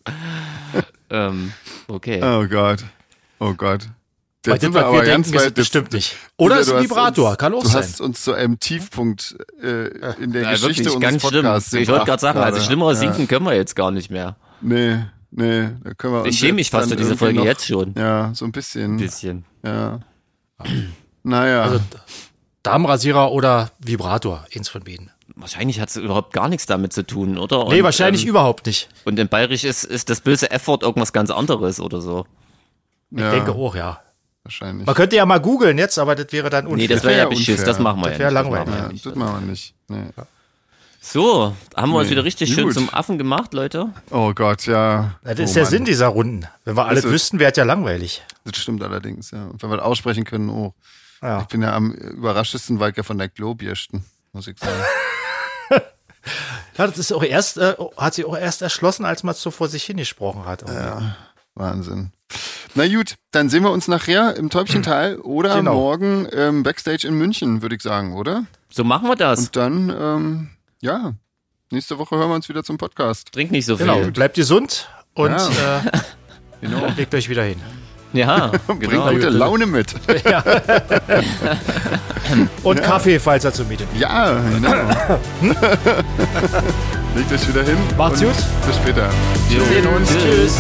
Speaker 3: ähm, okay.
Speaker 2: Oh Gott, oh Gott. Jetzt
Speaker 1: Weil das, was wir denken, ist es
Speaker 2: jetzt-
Speaker 1: bestimmt nicht. Oder
Speaker 2: Peter,
Speaker 1: ist
Speaker 2: du
Speaker 1: ein
Speaker 2: hast
Speaker 1: Vibrator,
Speaker 2: uns,
Speaker 1: kann auch
Speaker 2: du
Speaker 1: sein.
Speaker 2: hast uns zu einem Tiefpunkt äh, in der
Speaker 3: Ja,
Speaker 2: Geschichte
Speaker 3: wirklich,
Speaker 2: unseres
Speaker 3: ganz schlimm.
Speaker 2: Podcasts
Speaker 3: Ich wollte gerade
Speaker 2: gebracht
Speaker 3: sagen, also
Speaker 2: gerade.
Speaker 3: schlimmer sinken können wir jetzt gar nicht mehr.
Speaker 2: Nee, nee, da können wir uns
Speaker 3: Ich schäme mich
Speaker 2: jetzt
Speaker 3: fast für
Speaker 2: dann
Speaker 3: diese
Speaker 2: irgendwie
Speaker 3: Folge
Speaker 2: noch-
Speaker 3: jetzt schon.
Speaker 2: Ja, so ein bisschen.
Speaker 3: bisschen.
Speaker 2: Ja. Naja.
Speaker 1: Also, Darmrasierer oder Vibrator, eins von beiden.
Speaker 3: Wahrscheinlich hat es überhaupt gar nichts damit zu tun, oder?
Speaker 1: Nee,
Speaker 3: Und,
Speaker 1: wahrscheinlich
Speaker 3: Ähm,
Speaker 1: überhaupt nicht.
Speaker 3: und in Bayerisch ist, ist das böse F-Wort irgendwas ganz anderes oder so.
Speaker 1: Ich
Speaker 2: ja,
Speaker 1: denke auch, ja.
Speaker 2: Wahrscheinlich.
Speaker 1: Man könnte ja mal googeln jetzt, aber das wäre dann unfair.
Speaker 3: Nee, das
Speaker 2: wär
Speaker 3: wäre ja
Speaker 2: ja
Speaker 3: beschiss,
Speaker 2: unfair.
Speaker 3: das machen wir
Speaker 1: Das
Speaker 3: ja
Speaker 1: wär
Speaker 3: nicht.
Speaker 1: langweilig.
Speaker 3: machen wir ja
Speaker 2: ja,
Speaker 3: nicht.
Speaker 2: das machen wir nicht. Nee.
Speaker 3: So, haben wir uns
Speaker 2: Nee.
Speaker 3: wieder richtig schön
Speaker 2: Gut.
Speaker 3: zum Affen gemacht, Leute.
Speaker 2: Oh Gott, ja.
Speaker 1: Das
Speaker 2: oh
Speaker 1: ist der
Speaker 2: Mann.
Speaker 1: Sinn dieser Runden. Wenn wir alles
Speaker 2: Ist es.
Speaker 1: wüssten, wäre es ja langweilig.
Speaker 2: Das stimmt allerdings, ja. Und wenn wir das aussprechen können, oh.
Speaker 1: Ja.
Speaker 2: Ich bin ja am überraschtesten, weil ich ja von der Globierschten, muss ich sagen.
Speaker 1: Ja, das ist auch erst, äh, hat sich auch erst erschlossen, als man es so vor sich hingesprochen hat.
Speaker 2: Wahnsinn. Na gut, dann sehen wir uns nachher im Täubchental oder
Speaker 1: Genau.
Speaker 2: morgen ähm, Backstage in München, würde ich sagen, oder?
Speaker 3: So machen wir das.
Speaker 2: Und dann, ähm, ja, nächste Woche hören wir uns wieder zum Podcast.
Speaker 3: Trink nicht so viel.
Speaker 1: Genau, bleibt gesund und
Speaker 2: Ja.
Speaker 1: äh, (laughs)
Speaker 2: Genau.
Speaker 1: legt euch wieder hin.
Speaker 3: Ja,
Speaker 2: (laughs) Bringt
Speaker 3: genau.
Speaker 2: gute Laune mit.
Speaker 1: Und Kaffee, falls er zu Miete ist.
Speaker 2: Ja, genau. (laughs) Legt euch wieder hin.
Speaker 1: Macht's
Speaker 2: und
Speaker 1: gut.
Speaker 2: Bis später.
Speaker 1: Wir sehen uns. Tschüss.